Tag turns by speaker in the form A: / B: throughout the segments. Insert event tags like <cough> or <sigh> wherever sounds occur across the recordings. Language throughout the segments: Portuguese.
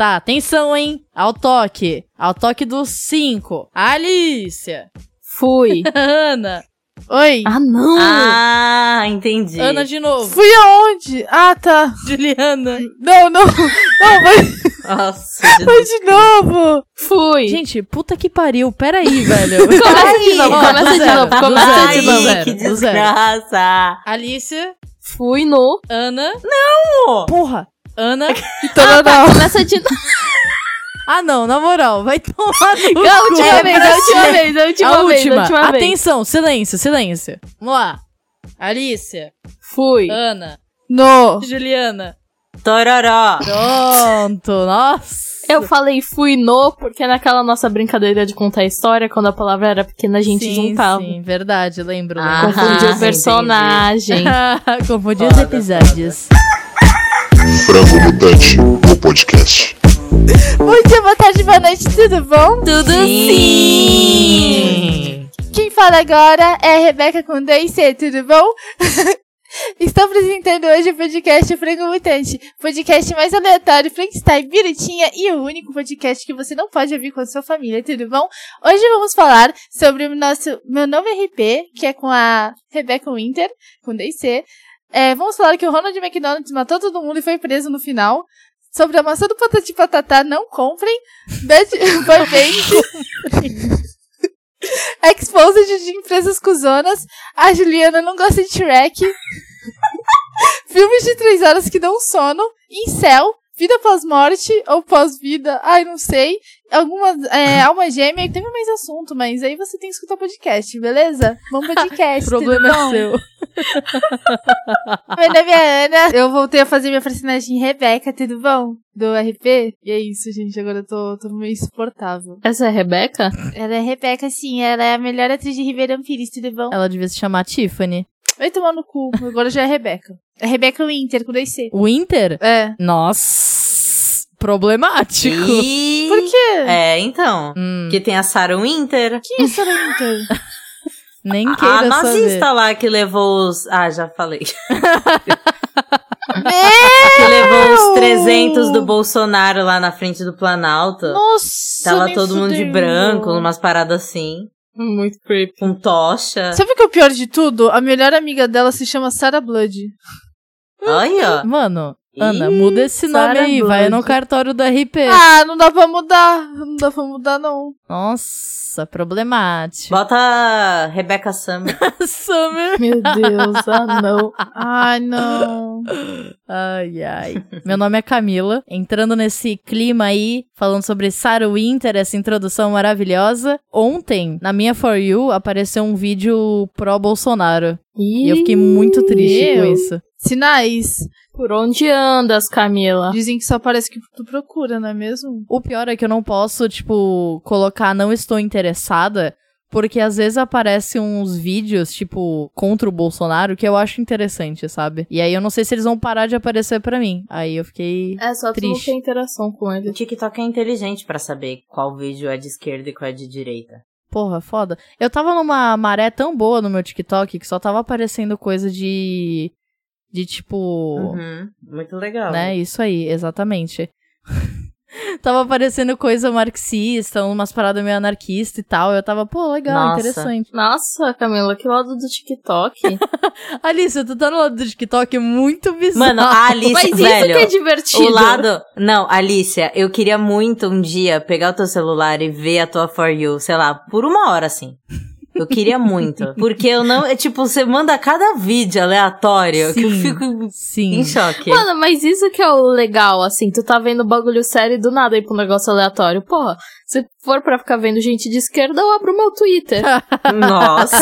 A: Tá, atenção, hein? Ao toque. Ao toque dos cinco. Alicia.
B: Fui.
A: <laughs> Ana. Oi.
B: ah, não!
C: Ah, entendi.
A: Ana de novo.
B: Fui aonde? Ah, tá.
A: Juliana.
B: Não, não. Não, vai,
C: <laughs> Nossa,
B: vai de novo. Fui.
A: Gente, puta que pariu.
B: <laughs>
A: Peraí, velho.
B: começa de novo,
A: Ó,
B: começa
A: do
B: de
A: zero,
B: novo,
A: do
B: começa
A: zero,
B: de
A: do
B: novo.
A: zero,
C: Ai, que
A: do zero.
C: desgraça.
A: Alicia.
B: Fui no.
A: Ana.
C: Não.
A: Porra.
B: <laughs>
A: Ana.
B: Então, não, não.
D: Começa de novo.
A: Ah, não. Na moral, vai tomar no
B: Não, a
A: cu.
B: última vez, a última
A: Você-
B: vez, a última,
A: É. a
B: vez,
A: última.
B: a última vez.
A: Atenção, silêncio, silêncio. Vamos lá. Alicia,
B: Fui.
A: Ana,
B: No.
A: Juliana.
C: Tororó.
A: Pronto, nossa.
B: Eu falei fui no, porque naquela nossa brincadeira de contar história, quando a palavra era pequena, a gente
A: sim,
B: juntava.
A: Sim, verdade, lembro.
C: Ah,
A: lembro.
B: Confundiu
C: Aham,
B: o personagem.
A: <laughs> Confundi os
C: Foda,
A: episódios.
E: Um Frango Mutante, o podcast.
D: Muito boa tarde, boa noite, tudo bom? Tudo
C: Sim.
D: Quem fala agora é a Rebeca com 2C, tudo bom? <laughs> Estou apresentando hoje o podcast Frango Mutante, podcast mais aleatório, freestyle, birutinha e o único podcast que você não pode ouvir com a sua família, tudo bom? Hoje vamos falar sobre o nosso meu novo RP, que é com a Rebeca Winter, com 2C. É, vamos falar que o Ronald McDonald's matou todo mundo e foi preso no final. Sobre a maçã do patati patatá, não comprem. Bad <laughs> Boy Band. <laughs> Exposed de empresas cuzonas. A Juliana não gosta de Shrek. <laughs> Filmes de três horas que dão sono. Incel. Vida pós-morte ou pós-vida. Ai, não sei. Algumas.
A: <laughs>
D: É, alma gêmea. e Tem mais assunto, mas aí você tem que escutar o podcast, beleza?
A: <laughs>
D: Vamos pro podcast.
A: O problema
D: tudo bom?
A: é seu.
D: Meu nome é Ana. <laughs> Eu voltei a fazer minha personagem Rebeca, tudo bom? Do RP? E é isso, gente. Agora eu tô, tô meio insuportável.
B: <laughs> Essa é a Rebeca?
D: Ela é Rebeca, sim. Ela é a melhor atriz de Ribeirão Pires, tudo bom?
A: Ela devia se chamar Tiffany.
D: Vai tomar no cu. Agora já é Rebeca. É Rebeca Winter, com 2C.
A: Winter?
D: É.
A: Nossa. Problemático.
C: E...
D: Por quê? é
C: É, então.
A: Hum,
C: Porque tem a Sarah Winter.
D: Que isso, Ana <laughs> Winter?
A: nem
C: A
A: queira saber.
C: nazista lá que levou os. Ah, já falei.
D: Meu!
C: que levou
A: Oh.
C: os 300 do Bolsonaro lá na frente do Planalto.
D: Nossa!
C: Tava
D: nem
C: todo mundo de
D: fudendo.
C: branco, umas paradas assim.
B: Muito creepy.
C: Com tocha.
D: Sabe o que é o pior de tudo? A melhor amiga dela se chama Sarah Blood.
C: Olha.
A: Mano,
C: Ih,
A: é Ana, muda esse nome
B: Sarah
A: aí. Vai
B: Blood.
A: no cartório do RP.
D: Ah, não dá pra mudar. Não dá pra mudar, não.
A: Nossa, problemático.
C: Bota a Rebecca Summer.
A: Summer.
B: Meu Deus, ah não.
D: Ai, não.
A: Ai, ai. Meu nome é Camila. Entrando nesse clima aí, falando sobre Sarah Winter, essa introdução maravilhosa. Ontem, na minha For You, apareceu um vídeo pró-Bolsonaro. E eu fiquei muito triste com
D: meu.
A: isso.
D: Sinais.
B: Por onde andas, Camila?
D: Dizem que só parece que tu procura, não é mesmo?
A: O pior é que eu não posso, tipo, colocar não estou interessada, porque às vezes aparecem uns vídeos, tipo, contra o Bolsonaro, que eu acho interessante, sabe? E aí eu não sei se eles vão parar de aparecer pra mim. Aí eu fiquei.
B: É, só tu não
A: Triste.
B: tem interação com
C: O
B: ele.
C: TikTok é inteligente pra saber qual vídeo é de esquerda e qual é de direita.
A: Porra, foda. Eu tava numa maré tão boa no meu TikTok que só tava aparecendo coisa de. De tipo.
C: Uhum. Muito legal.
A: Né? Isso aí, exatamente. <laughs> tava aparecendo coisa marxista, umas paradas meio anarquista e tal. Eu tava, pô, legal,
C: Nossa.
A: interessante.
B: Nossa, Camila, que lado do TikTok.
A: Alice, tu tá no lado do TikTok muito bizarro.
C: Mano, a Alice,
B: Mas isso
C: velho.
B: que é divertido.
C: O lado. Não, Alicia, eu queria muito um dia pegar o teu celular e ver a tua For You, sei lá, por uma hora assim. Eu queria muito. Porque eu não. É tipo, você manda cada vídeo aleatório que eu
A: Sim.
C: fico
A: Sim.
C: em choque.
B: Mano, mas isso que é o legal, assim, tu tá vendo bagulho sério e do nada aí pro negócio aleatório. Porra, se for pra ficar vendo gente de esquerda, eu abro meu
A: <laughs>
B: Twitter.
C: Nossa!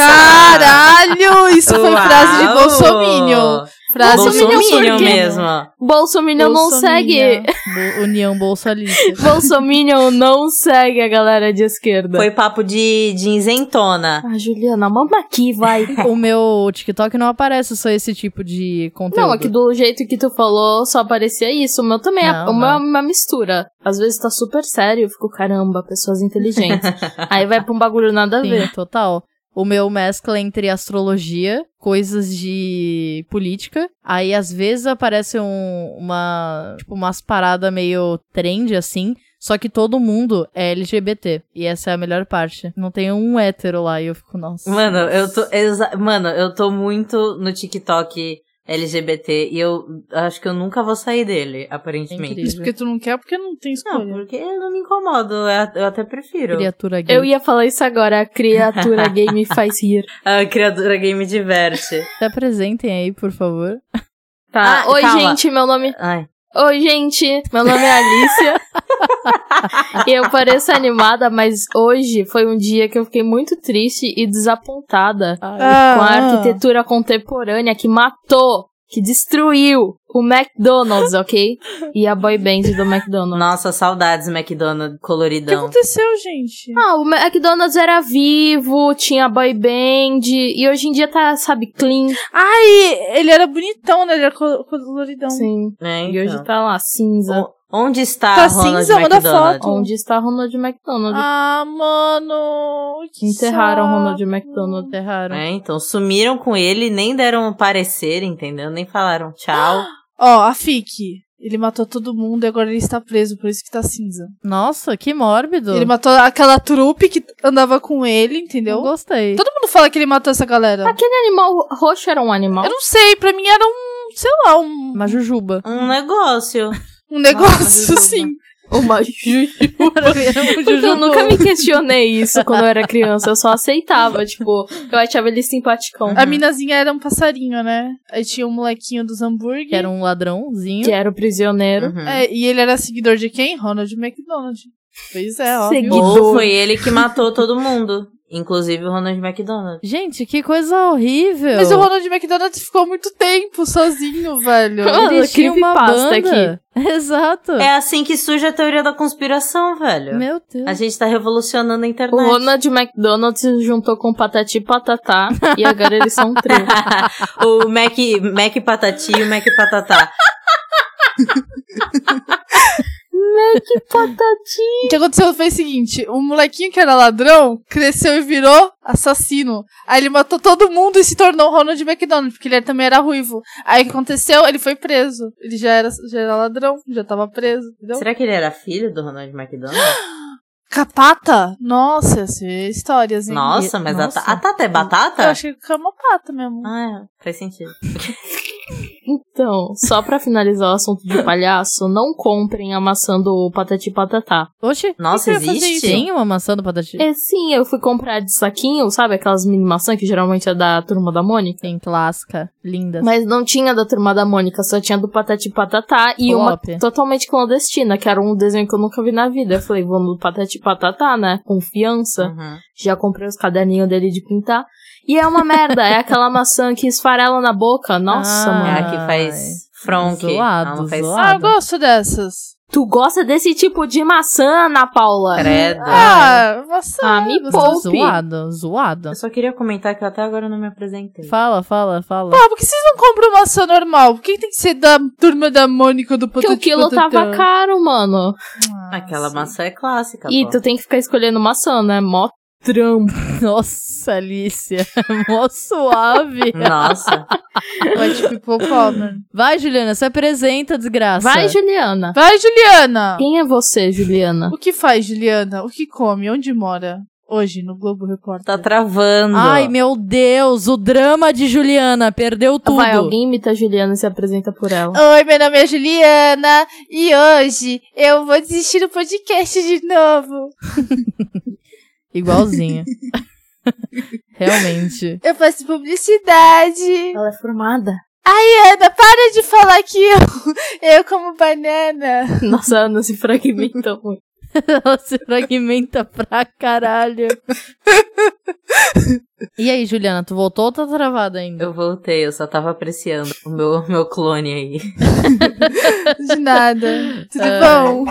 D: Caralho! Isso foi
C: Uau!
D: frase de Bolsominion. Frase de
B: Bolsominion
C: Bolsominion
B: por quê?
C: mesmo.
B: Bolsominion não segue.
A: Bo- União
C: <laughs>
A: Bolsonarista.
B: Bolsominion não segue a galera de esquerda.
C: Foi papo de, de isentona.
B: Ah, Juliana, mama aqui,
A: <laughs>
B: vai.
A: o meu TikTok não aparece só esse tipo de conteúdo.
B: Não, é que do jeito que tu falou, só aparecia isso. O meu também é
A: Não,
B: o
A: não.
B: meu é uma mistura. Às vezes
A: <laughs>
B: tá super sério, eu fico, caramba, pessoas inteligentes. Aí vai pra um bagulho nada a
A: Sim,
B: ver.
A: total. O meu mescla entre astrologia, coisas de política. Aí às vezes aparece um, uma, tipo, umas paradas meio trend assim. Só que todo mundo é LGBT. E essa é a melhor parte. Não tem um hétero lá e eu fico, nossa.
C: Mano, eu tô. exa- Mano, eu tô muito no TikTok LGBT e eu acho que eu nunca vou sair dele, aparentemente.
A: Incrível.
D: Isso porque tu não quer, porque não tem escolha.
C: Não, porque eu não me incomodo, eu eu até prefiro.
A: Criatura gay.
B: Eu ia falar isso agora, a
A: <laughs>
B: criatura gay me faz rir.
C: A criadora game diverte.
A: Se apresentem aí, por favor.
B: Tá,
C: Ah,
B: oi
C: calma.
B: gente, meu nome...
C: Ai.
B: Oi gente, meu nome é
C: <laughs>
B: Alicia. e eu pareço animada, mas hoje foi um dia que eu fiquei muito triste e desapontada.
D: Ah.
B: com a arquitetura contemporânea que matou, que destruiu o McDonald's, ok? E a boy band do McDonald's.
C: Nossa, saudades McDonald's
D: O que
C: coloridão.
D: aconteceu, gente?
B: Ah, o McDonald's era vivo, tinha boy band, e hoje em dia tá, sabe, clean.
D: Ai, ele era bonitão, né? Ele era col- coloridão.
B: Sim.
C: É,
B: E hoje
C: então.
B: tá lá, cinza.
C: O- Onde está
D: Tá
C: Ronald
D: cinza, manda
C: McDonald?
D: foto.
B: Onde está Ronald McDonald?
D: Ah, mano. que
B: Enterraram
D: saco.
B: Ronald McDonald.
A: Erraram.
C: É, então sumiram com ele, nem deram um parecer, entendeu? Nem falaram tchau.
D: Ó, a Fique. Ele matou todo mundo e agora ele está preso, por isso que tá cinza.
A: Nossa, que mórbido.
D: Ele matou aquela trupe que andava com ele,
A: Eu
D: entendeu?
A: gostei.
D: Todo mundo fala que ele matou essa galera.
B: Aquele animal roxo era um animal?
D: Eu não sei, pra mim era um, sei lá, um,
A: Uma
C: <laughs>
A: jujuba.
C: Um negócio.
D: um negócio,
C: Jujuba.
D: assim.
B: <laughs> Uma jujuba. Porque eu
A: Jujuba.
B: nunca me questionei isso quando eu era criança. Eu só aceitava, tipo, eu achava ele simpaticão.
D: A minazinha era um passarinho, né? Aí tinha um molequinho dos hambúrguer.
A: Que era um ladrãozinho.
B: Que é- era o prisioneiro.
C: Uhum.
D: É, e ele era seguidor de quem? Ronald McDonald. Pois é, ó.
B: Seguidor.
C: Ou foi ele que matou todo mundo. Inclusive o Ronald McDonald.
A: Gente, que coisa horrível.
D: Mas o Ronald McDonald ficou muito tempo
A: <laughs>
D: sozinho, velho.
B: Mano,
A: Ele tinha uma
B: creepypasta
A: banda. <laughs> Exato.
C: É assim que surge a teoria da conspiração, velho.
A: Meu Deus.
C: A gente tá revolucionando a internet.
B: O Ronald McDonald se juntou com o Patati e Patatá e agora eles são um trio.
C: <laughs> o Mac, Mac Patati e o Mac Patatá.
B: <laughs> Patati!
D: O que aconteceu foi o seguinte: o molequinho que era ladrão cresceu e virou assassino. Aí ele matou todo mundo e se tornou Ronald McDonald, porque ele também era ruivo. Aí o que aconteceu? Ele foi preso. Ele já era, já era ladrão, já tava preso, entendeu?
C: Será que ele era filho do Ronald McDonald?
D: Capata? Nossa, essa é histórias, hein?
C: Nossa, mas
A: Nossa.
C: A, ta- a Tata é
D: Eu
C: batata?
D: achei que era uma pata mesmo.
C: Ah, é, faz sentido.
B: Então, só pra finalizar o assunto de palhaço, não comprem a maçã do Patati e Patatá.
A: Oxi.
C: Nossa,
D: Quem que vai fazer
C: existe?
A: Tem uma maçã do patati?
B: E sim, eu fui comprar de saquinho, sabe? Aquelas mini maçã que geralmente é da turma da Mônica.
A: Tem clássica. Linda.
B: É. Mas não tinha da turma da Mônica, só tinha do Patati e Patatá e
A: Flop.
B: uma totalmente clandestina, que era um desenho que eu nunca vi na vida. Eu falei, vamos do Patati e Patatá, né? Confiança.
C: Uhum.
B: Já comprei os caderninhos dele de pintar. E é uma merda, é aquela maçã que esfarela na boca. Nossa,
A: Ah.
C: É
B: mano.
C: a que faz fronk.
A: Zoado,
C: Ela faz
A: zoado.
D: Ah, eu gosto dessas.
B: Tu gosta desse tipo de maçã, Ana Paula?
C: credo. é.
D: Ah, você.
B: Ah, me
D: Gostoso.
B: poupe.
A: é Zoado, zoado.
C: Eu só queria comentar que eu até agora não me apresentei.
A: Fala, fala,
B: <laughs>
A: fala.
D: Pô, Ah, por que vocês não compram maçã normal? Por que tem que ser da turma da Mônica do
B: Porque
D: Patati
B: o quilo tava caro, mano.
C: Aquela maçã é clássica.
B: E
C: pô.
B: tu tem que ficar escolhendo maçã, né? Mó trampo.
A: Nossa, Alicia. <laughs> Mó suave.
C: Nossa.
D: Vai te pipou pobre.
A: Vai, Juliana, se apresenta, desgraça.
B: Vai, Juliana.
D: Vai, Juliana!
B: Quem é você, Juliana?
D: O que faz, Juliana? O que come? Onde mora? Hoje, no Globo Repórter.
C: tá travando.
A: Ai, meu Deus, o drama de Juliana. Perdeu tudo.
B: Vai, alguém imita a Juliana e se apresenta por ela.
F: Oi, meu nome é Juliana e hoje eu vou desistir do podcast de novo.
A: Igualzinho. <laughs> Realmente.
F: Eu faço publicidade.
B: Ela é formada.
F: Ana, para de falar que
D: <laughs>
F: eu, eu como banana.
B: Nossa, Ana se fragmentou muito.
A: Ela se fragmenta pra caralho. E aí, Juliana, tu voltou ou tá travada ainda?
C: Eu voltei, eu só tava apreciando o meu, <laughs> meu clone aí.
D: De nada.
C: <laughs>
D: Tudo
C: É,
D: bom?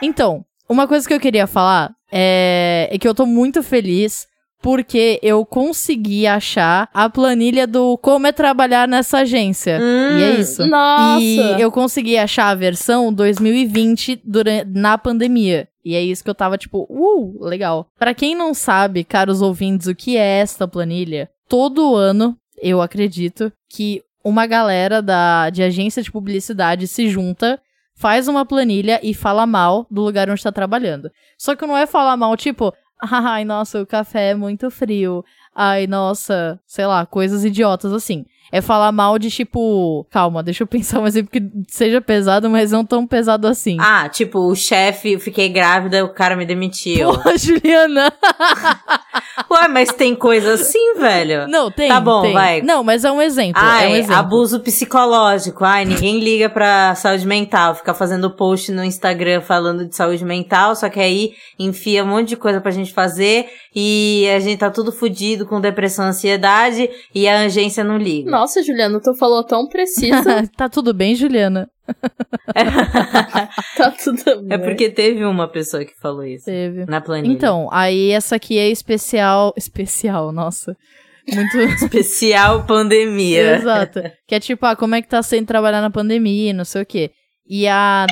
A: Então, uma coisa que eu queria falar é, é que eu tô muito feliz porque eu consegui achar a planilha do como é trabalhar nessa agência. E
C: Hum.
A: é isso.
B: Nossa.
A: E eu consegui achar a versão 2020 durante, na pandemia. E é isso que eu tava tipo, uh, legal. Pra quem não sabe, caros ouvintes, o que é esta planilha, todo ano, eu acredito, que uma galera da, de agência de publicidade se junta faz uma planilha e fala mal do lugar onde está trabalhando. Só que não é falar mal, tipo, <laughs> ai, nossa, o café é muito frio. Ai, nossa, sei lá, coisas idiotas assim. É falar mal de tipo, calma, deixa eu pensar um exemplo que seja pesado, mas não tão pesado assim. <laughs>
C: Ah, tipo, o chefe, eu fiquei grávida, o cara me demitiu.
A: <laughs> Porra, Juliana!
C: Ué, mas tem coisa assim, velho?
A: Não, tem.
C: Tá bom,
A: tem.
C: vai.
A: Não, mas é um exemplo. é um
C: Ai,
A: exemplo.
C: abuso psicológico. Ai, ninguém liga pra saúde mental. Fica fazendo post no Instagram falando de saúde mental, só que aí enfia um monte de coisa pra gente fazer e a gente tá tudo fudido com depressão, ansiedade e a agência não liga.
B: Nossa, Juliana, tu falou tão preciso.
A: tá tudo bem, Juliana?
B: tá tudo bem.
C: <laughs> É porque teve uma pessoa que falou isso
A: Teve.
C: na planilha.
A: Então, aí essa aqui é especial. Especial, nossa. Muito.
C: <laughs> Especial pandemia.
A: Exato. Que é tipo, ah, como é que tá sendo trabalhar na pandemia, e não sei o quê. E a.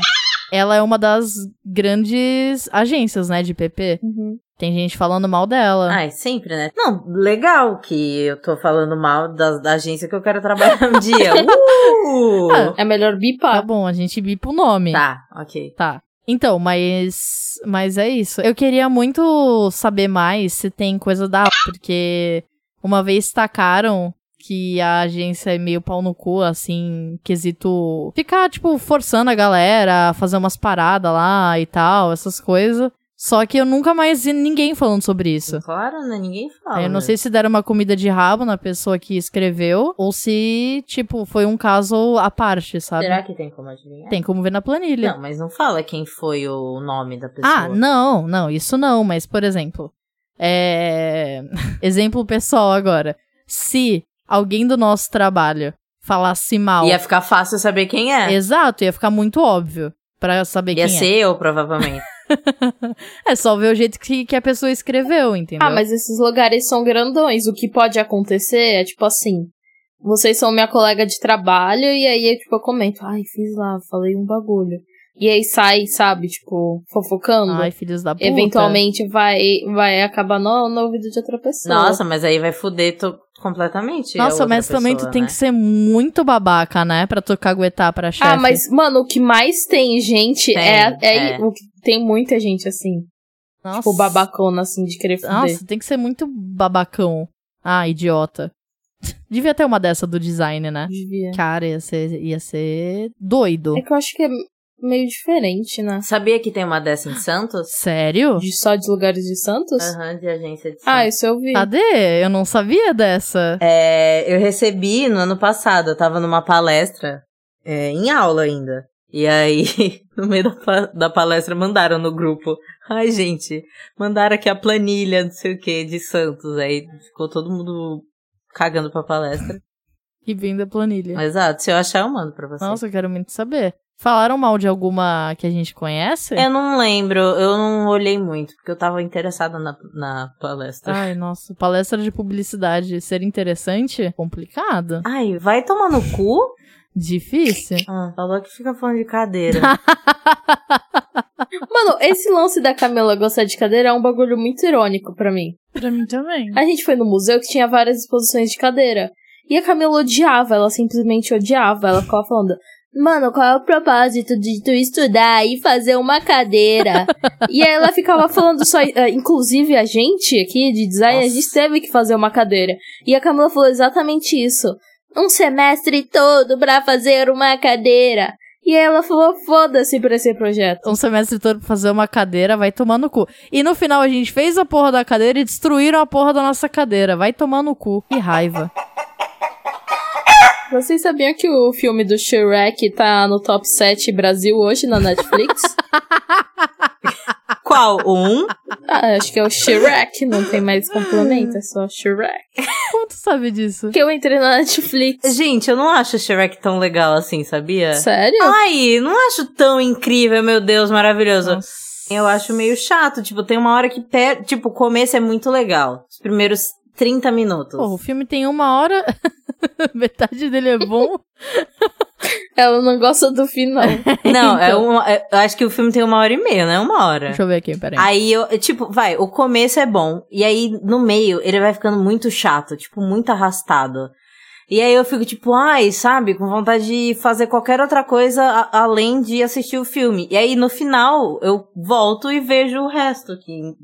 A: Ela é uma das grandes agências, né, de PP.
B: Uhum.
A: Tem gente falando mal dela.
C: Ai, sempre, né? Não, legal que eu tô falando mal da, da agência que eu quero trabalhar um dia.
A: <laughs>
C: Uh!
A: Ah,
B: É melhor
A: Tá
B: bipar.
A: bom, a gente bipa o nome.
C: Tá, ok.
A: Tá. Então, mas. Mas é isso. Eu queria muito saber mais se tem coisa da. Porque uma vez tacaram que a agência é meio pau no cu, assim, quesito. Ficar, tipo, forçando a galera a fazer umas paradas lá e tal, essas coisas. Só que eu nunca mais vi ninguém falando sobre isso.
C: Claro, né? Ninguém fala.
A: Aí Eu não sei se deram uma comida de rabo na pessoa que escreveu, ou se, tipo, foi um caso à parte, sabe?
C: Será que tem como adivinhar?
A: Tem como ver na planilha.
C: Não, mas não fala quem foi o nome da pessoa.
A: Ah, não, não, isso não, mas por exemplo, é... <laughs> exemplo pessoal agora. Se alguém do nosso trabalho falasse mal,
C: Ia ficar fácil saber quem é.
A: exato, ia ficar muito óbvio pra saber
C: Ia
A: quem
C: ser eu,
A: <laughs>
C: provavelmente.
A: é. É só ver o jeito que, que a pessoa escreveu, entendeu?
B: Ah, mas esses lugares são grandões. O que pode acontecer é tipo assim. Vocês são minha colega de trabalho, e aí tipo, eu comento, ai, fiz lá, falei um bagulho. E aí sai, sabe, tipo, fofocando.
A: Ai, filhos da puta.
B: Eventualmente vai, vai acabar no, no ouvido de outra pessoa.
C: Nossa, mas aí vai fuder to- completamente. a
A: Nossa,
C: é outra
A: mas também
C: pessoa,
A: tu tem
C: né?
A: que ser muito babaca, né? Pra tu caguetar pra chefe.
B: Ah, mas, mano, o que mais tem gente
C: Tem,
B: é, é,
C: é.
B: O que tem muita gente assim.
A: Nossa.
B: Tipo, babacona, assim, de querer fuder.
A: Nossa, tem que ser muito babacão. Ah, idiota. Devia ter uma dessa do design, né?
B: Devia.
A: Cara, ia ser, ia ser doido.
B: É que eu acho que é meio diferente, né?
C: Sabia que tem uma dessa em Santos?
A: Sério?
B: De- só de lugares de Santos?
C: Aham, de agência de Santos.
B: Ah, isso eu vi.
A: Tá. Cadê? Eu não sabia dessa.
C: É, eu recebi no ano passado, eu tava numa palestra, é, em aula ainda. E aí, <laughs> no meio da, pa- da palestra, mandaram no grupo. Ai, gente, mandaram aqui a planilha, não sei o que, de Santos. Aí ficou todo mundo cagando pra palestra.
A: Que vem da planilha.
C: Exato, se eu achar, eu mando pra você.
A: Nossa, eu quero muito saber. Falaram mal de alguma que a gente conhece?
C: Eu não lembro, eu não olhei muito, porque eu tava interessada na, na palestra.
A: Ai, nossa, palestra de publicidade ser interessante? Complicado?
C: Ai, vai tomar no cu?
A: Difícil?
C: Ah, falou que fica falando de cadeira.
A: <laughs>
B: Mano, esse lance da Camila gostar de cadeira é um bagulho muito irônico pra mim.
D: Pra mim também.
B: A gente foi no museu que tinha várias exposições de cadeira. E a Camila odiava, ela simplesmente odiava. Ela ficava falando, mano, qual é o propósito de tu estudar e fazer uma cadeira? e aí ela ficava falando só, eh, inclusive a gente aqui de design, a gente teve que fazer uma cadeira. E a Camila falou exatamente isso. Um semestre todo pra fazer uma cadeira. E aí ela falou, foda-se pra esse projeto.
A: Um semestre todo pra fazer uma cadeira, vai tomar no cu. E no final a gente fez a porra da cadeira e destruíram a porra da nossa cadeira. Vai tomar no cu. Que raiva.
B: Vocês sabiam que o filme do Shrek tá no top 7 Brasil hoje na Netflix? <laughs>
C: Qual? Um?
B: Ah, acho que é o Shrek, não tem mais complemento, é só Shrek.
A: Como tu sabe disso?
B: Porque eu entrei na Netflix.
C: Gente, eu não acho o Shrek tão legal assim, sabia?
B: Sério?
C: Ai, não acho tão incrível, meu Deus, maravilhoso. Eu acho meio chato, tipo, tem uma hora que per... tipo, o começo é muito legal. Os primeiros 30 minutos.
A: Oh, <laughs> Porra, o filme tem uma hora, metade dele é bom.
B: Ela não gosta
A: <laughs>
B: do final.
C: Não, é uma, é- eu acho que o filme tem uma hora e meia, né? Uma hora.
A: Deixa eu ver aqui, peraí.
C: Aí eu, eu, tipo, vai, o começo é bom. E aí, no meio, ele vai ficando muito chato, tipo, muito arrastado. E aí eu fico, tipo, ai, sabe, com vontade de fazer qualquer outra coisa a- além de assistir o filme. E aí, no final, eu volto e vejo o resto que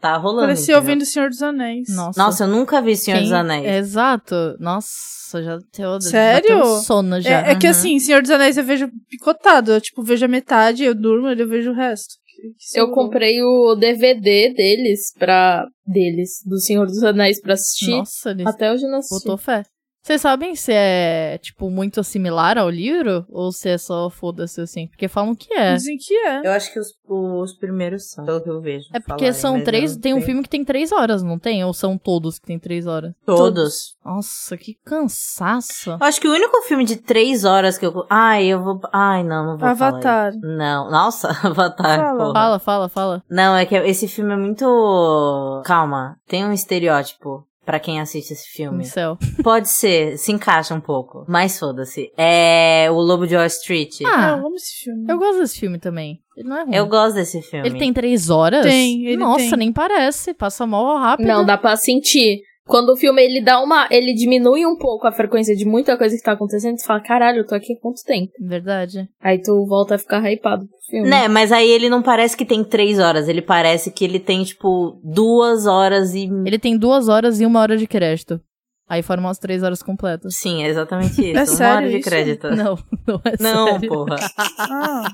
C: tá rolando.
D: Parecia
C: entendeu?
D: ouvindo o Senhor dos Anéis.
A: Nossa.
C: Nossa, eu nunca vi Senhor dos
A: Quem- É,
C: Anéis.
A: Exato. Nossa, já deu
D: Sério?
A: bateu sono já.
D: É, é que assim, Senhor dos Anéis eu vejo picotado. Eu, tipo, vejo a metade, eu durmo e eu vejo o resto. Isso-
B: Eu comprei o DVD deles pra. deles, do Senhor dos Anéis pra assistir.
A: Nossa, ele
B: Até hoje eu não assisti.
A: botou fé. Vocês sabem se é, tipo, muito similar ao livro? Ou se é só foda-se assim? Porque falam que é.
D: Dizem que é.
C: Eu acho que os, os primeiros são, pelo que eu vejo.
A: É porque
C: falarem,
A: são
C: mas
A: três.
C: eu
A: Tem um
C: sei.
A: filme que tem três horas, não tem? Ou são todos que tem três horas?
C: Todos.
A: Nossa, que cansaço.
C: Eu acho que o único filme de três horas que eu. Ai, eu vou. Ai, não, não vou falar.
D: Avatar.
C: isso. Não, nossa, <laughs> Avatar.
D: Fala.
C: porra.
A: Fala, fala, fala.
C: Não, é que esse filme é muito. Calma, tem um estereótipo pra quem assiste esse
A: No
C: filme.
A: céu.
C: <laughs> Pode ser, se encaixa um pouco, mas foda-se. É o Lobo de Wall Street.
D: Ah,
A: Ah,
D: vamos esse filme.
A: eu gosto desse filme também. Ele não é ruim.
C: Eu gosto desse filme.
A: Ele tem três horas?
D: Tem, ele
A: Nossa,
D: tem.
A: nem parece. Passa mal rápido.
B: Não, dá pra sentir. Quando o filme ele dá uma. ele diminui um pouco a frequência de muita coisa que tá acontecendo, tu fala, caralho, eu tô aqui há quanto tempo?
A: Verdade.
B: Aí tu volta a ficar hypado pro filme.
C: Né, mas aí ele não parece que tem três horas, ele parece que ele tem, tipo, duas horas e.
A: Ele tem duas horas e uma hora de crédito. Aí formam as três horas completas.
C: Sim, é exatamente isso. uma
D: sério
C: hora de
D: isso?
C: crédito.
A: Não, <laughs> não é
C: Não,
A: sério.
C: porra.
D: Ah,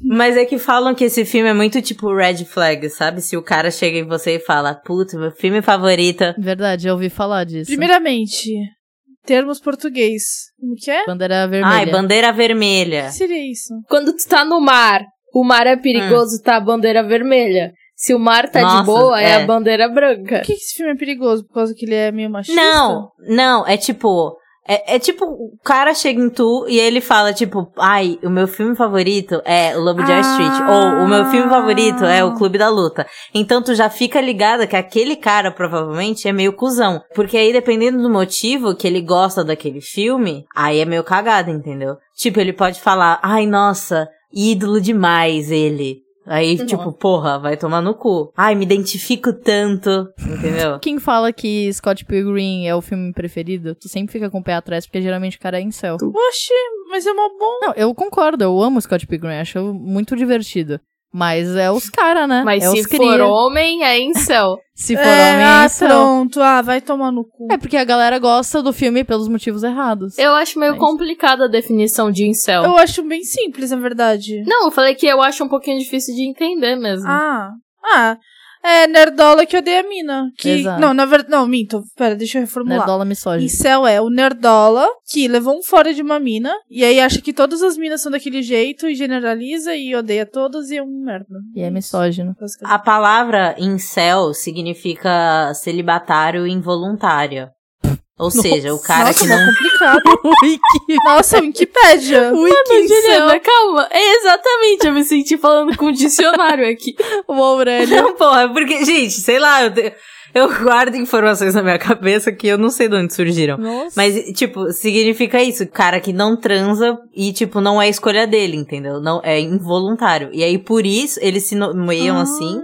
C: Mas é que falam que esse filme é muito tipo red flag, sabe? Se o cara chega em você e fala, puta, meu filme favorito.
A: Verdade, eu ouvi falar disso.
D: primeiramente, termos português. Como que é?
A: Bandeira vermelha.
C: Ai, bandeira
D: O
C: vermelha.
A: É.
D: que seria isso?
B: Quando tu tá no mar, o mar é perigoso, tá a bandeira vermelha. Se o mar tá
C: Nossa,
B: de boa, é.
C: é.
B: a bandeira branca.
D: Por que que esse filme é perigoso? Por causa que ele é meio machista?
C: Não, não, é tipo. É, é tipo, o cara chega em tu e ele fala, tipo, ai, o meu filme favorito é Lobo de Wall Street.
D: Ah.
C: Ou o meu filme favorito é O Clube da Luta. Então tu já fica ligada que aquele cara provavelmente é meio cuzão. Porque aí, dependendo do motivo que ele gosta daquele filme, aí é meio cagado, entendeu? Tipo, ele pode falar, ai, nossa, ídolo demais ele. Aí, tipo, porra, vai tomar no cu. Ai, me identifico tanto, entendeu?
A: Quem fala que Scott Pilgrim é o filme preferido, tu sempre fica com o pé atrás, porque geralmente o cara é incel.
D: Oxi, mas é mó bom.
A: Não, eu concordo, eu amo Scott Pilgrim, acho muito divertido. Mas é os cara, né?
B: Mas
A: é
B: se
A: os
B: for
A: cria.
B: homem, é em céu.
A: Se for
D: é,
A: homem, é
D: ah,
A: incel.
D: pronto. Ah, vai tomar no cu.
A: É porque a galera gosta do filme pelos motivos errados.
B: Eu acho meio
A: Mas-
B: complicada a definição de incel.
D: Eu acho bem simples, na verdade.
B: Não, eu falei que eu acho um pouquinho difícil de entender
A: Uhum.
B: mesmo.
D: Ah, ah. É nerdola que odeia a mina. Que,
A: Exato.
D: Não, na verdade. Não, minto. Pera, deixa eu reformular.
A: Nerdola né, misógino.
D: Incel é o nerdola que levou um fora de uma mina e aí acha que todas as minas são daquele jeito e generaliza e odeia todas e é um merda.
A: E é misógino.
D: basicamente.
C: A palavra incel significa celibatário involuntário. Ou seja, o cara
D: Nossa,
C: que
D: mó
C: não.
D: complicado.
A: Wiki.
D: Nossa,
A: <laughs>
D: Wikipédia.
B: Juliana, calma. É exatamente, eu me senti falando com o dicionário aqui.
A: né? O Aurélio.
C: Não, <laughs> porra, porque, gente, sei lá, eu, te- eu guardo informações na minha cabeça que eu não sei de onde surgiram.
A: Nossa.
C: Mas, tipo, significa isso, cara que não transa e, tipo, não é escolha dele, entendeu? Não, é involuntário. E aí, por isso, eles se
B: Ah.
C: nomeiam assim.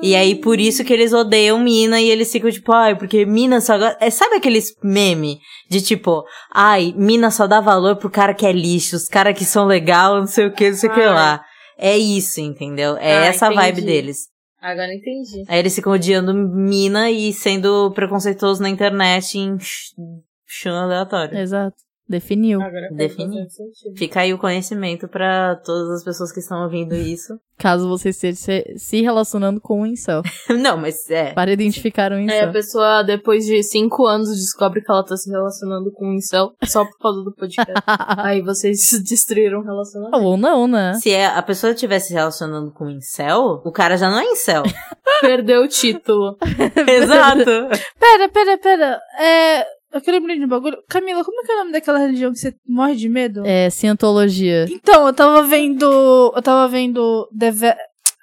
C: E aí, por isso que eles odeiam mina e eles ficam tipo, ai, porque mina só gosta. É, sabe aqueles meme de tipo, ai, mina só dá valor pro cara que é lixo, os caras que são legal, não sei o que, não sei o que
B: Ai.
C: lá. É isso, entendeu? É
B: Ah,
C: essa a vibe
B: entendi.
C: deles.
B: Agora entendi.
C: Aí eles ficam odiando mina e sendo preconceituoso na internet em ch- chão aleatório.
A: Exato. Definiu.
B: Agora
C: faz Defini. bastante
B: sentido.
C: Fica aí o conhecimento pra todas as pessoas que estão ouvindo isso. <laughs>
A: Caso você esteja se- se relacionando com um incel.
C: não, mas é.
A: Para identificar um
B: É, a
A: incel.
B: pessoa, depois de cinco anos, descobre que ela tá se relacionando com um incel só por causa do
A: <laughs>
B: podcast. Aí vocês <laughs> destruíram o relacionamento.
A: Ou não, né?
C: Se é- a pessoa estiver se relacionando com incel, o cara já não é incel. <laughs>
B: Perdeu o título.
C: <laughs> Exato.
D: Pera, pera, pera. É. Eu que lembrei de um bagulho. Camila, como é que é o nome daquela religião que você morre de medo?
A: É, cientologia.
D: Então, eu tava vendo. Eu tava vendo Deve-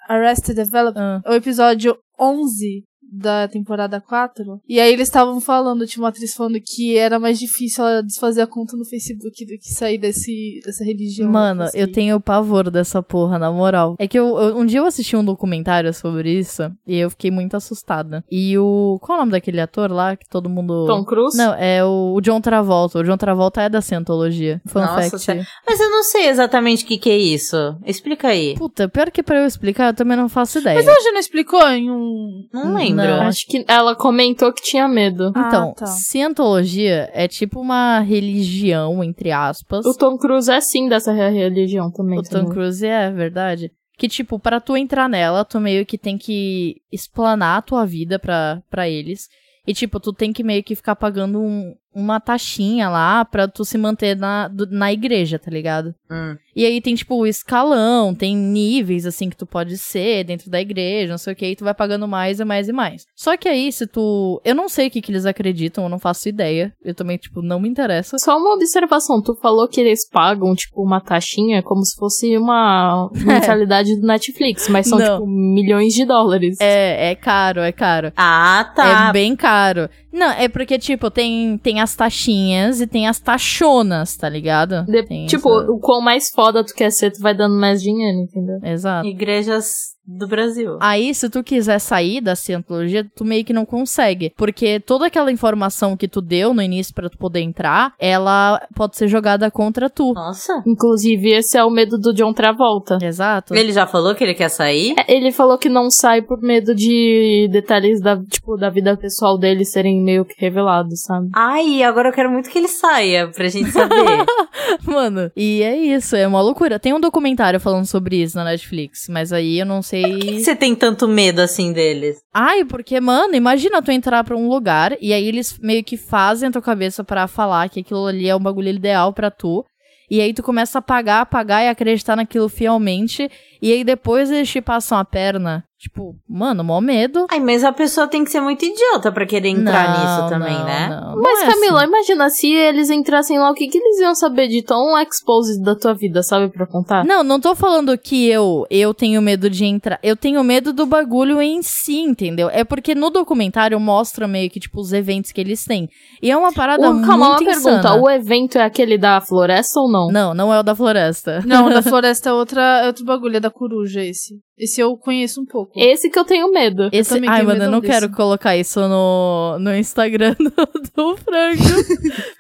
D: Arrested Development,
A: Ah.
D: o episódio 11. da temporada 4. E aí eles estavam falando, tinha uma atriz falando que era mais difícil ela desfazer a conta no Facebook do que sair desse, dessa religião.
A: Mano,
D: assim.
A: eu tenho pavor dessa porra, na moral. É que eu, eu- um dia eu assisti um documentário sobre isso e eu fiquei muito assustada. E o. Qual é o nome daquele ator lá que todo mundo.
B: Tom Cruise?
A: Não, é o, o John Travolta. O John Travolta é da Scientologia. Fun
C: Nossa,
A: fact.
C: sério? Mas eu não sei exatamente o que, que é isso. Explica aí.
A: Puta, pior que pra eu explicar, eu também não faço ideia.
D: Mas é ela já não explicou em um.
C: Não lembro.
A: Não.
B: Acho que ela comentou que tinha medo.
A: Então,
D: Ah, tá.
A: Cientologia é tipo uma religião, entre aspas.
B: O Tom Cruise é sim dessa re- religião também. tá
A: O Tom
D: né?
A: Cruise é, é verdade. Que, tipo, pra tu entrar nela, tu meio que tem que explanar a tua vida pra, pra eles. E, tipo, tu tem que meio que ficar pagando um- uma taxinha lá pra tu se manter na, do- na igreja, tá ligado?
C: Hum.
A: E aí tem, tipo, o escalão, tem níveis, assim, que tu pode ser dentro da igreja, não sei o que, e tu vai pagando mais e mais e mais. Só que aí, se tu. Eu não sei o que, que eles acreditam, eu não faço ideia. Eu também, tipo, não me interessa.
B: Só uma observação, tu falou que eles pagam, tipo, uma taxinha como se fosse
A: <laughs>
B: uma mensalidade do Netflix, mas são,
A: É. Não.
B: tipo, milhões de dólares.
A: É, é caro, é caro.
C: Ah, tá.
A: É bem caro. Não, é porque, tipo, tem, tem as taxinhas e tem as taxonas, tá ligado?
B: De-
A: Tem
B: tipo,
A: essa-
B: o quão mais foda tu quer ser, tu vai dando mais dinheiro, entendeu?
A: Exato.
C: Igrejas do Brasil.
A: Aí, se tu quiser sair da cientologia, tu meio que não consegue. Porque toda aquela informação que tu deu no início pra tu poder entrar, ela pode ser jogada contra tu.
C: Nossa.
B: Inclusive, esse é o medo do John Travolta.
A: Exato.
C: Ele já falou que ele quer sair?
B: É, Ele falou que não sai por medo de detalhes da, tipo, da vida pessoal dele serem meio que revelados, sabe?
C: Ai, agora eu quero muito que ele saia, pra gente saber.
A: <laughs> Mano, e é isso, é uma loucura. Tem um documentário falando sobre isso na Netflix, mas aí eu não
C: Por que
A: sei.
C: você tem tanto medo assim deles?
A: Ai, porque, mano, imagina tu entrar pra um lugar e aí eles meio que fazem a tua cabeça pra falar que aquilo ali é um bagulho ideal pra tu. E aí tu começa a pagar, pagar e acreditar naquilo fielmente. E aí depois eles te passam a perna. Tipo, mano, mó medo.
C: Ai, mas a pessoa tem que ser muito idiota pra querer entrar
A: Não,
C: nisso também,
A: não,
C: né?
A: não, não
B: Mas,
A: é
B: Camila,
A: assim.
B: imagina se eles entrassem lá, o que, que eles iam saber de tão exposed da tua vida, sabe, pra contar?
A: assim. Não, não tô falando que eu eu tenho medo de entrar. Eu tenho medo do bagulho em si, entendeu? É porque no documentário mostra meio que, tipo, os eventos que eles têm. E é uma parada
B: O-
A: muito
B: calma, uma
A: insana.
B: pergunta. O evento é aquele da floresta ou não?
A: Não, não é o da floresta. <laughs>
D: Não, da floresta é outra, é outro bagulho, é da coruja esse. Esse eu conheço um pouco.
B: Esse que eu tenho medo.
A: Esse,
D: também
A: ai,
D: tenho
A: mano, eu
D: medo
A: não
D: desse.
A: quero colocar isso no, no Instagram <laughs> do, do Franco.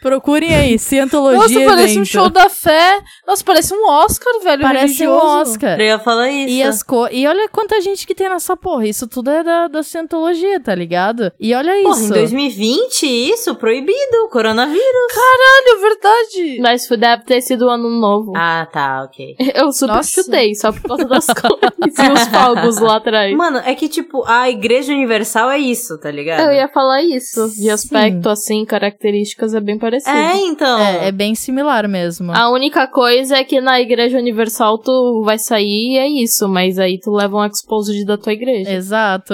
A: Procurem aí, Cientologia
D: Nossa, parece um
A: evento.
D: show da fé. Nossa, parece um Oscar, velho.
A: Parece um
D: religioso.
A: Oscar.
C: Eu ia falar isso.
A: E, é as co e olha quanta gente que tem nessa porra. Isso tudo é da, da Cientologia, tá ligado? E olha
C: Porra,
A: isso.
C: em 2020, isso, proibido, coronavírus.
D: Olha, é verdade.
B: Mas foi- deve ter sido ano novo.
C: Ah, tá, ok.
B: <laughs> Eu super
D: Nossa.
B: chutei, só por causa das <laughs> cores e os fogos lá atrás.
C: Mano, é que tipo, a Igreja Universal é isso, tá ligado?
B: Eu ia falar isso.
A: Sim.
B: De aspecto, assim, características, é bem parecido.
C: É, então.
A: É, é bem similar mesmo.
B: A única coisa é que na Igreja Universal tu vai sair e é isso, mas aí tu leva um exposed da tua igreja.
A: Exato.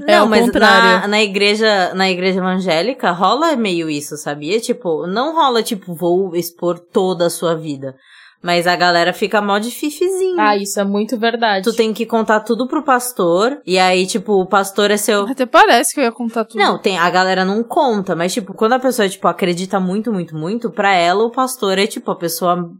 C: Não,
A: é ao
C: mas
A: contrário.
C: Na, na igreja, na igreja evangélica rola meio isso, sabia? Tipo, não rola tipo vou expor toda a sua vida, mas a galera fica mó de fifizinho.
B: Ah, isso é muito verdade.
C: Tu tem que contar tudo pro pastor e aí tipo o pastor é seu
D: Até parece que eu ia contar tudo.
C: Não, tem, a galera não conta, mas tipo, quando a pessoa tipo acredita muito, muito, muito, pra ela o pastor é tipo a pessoa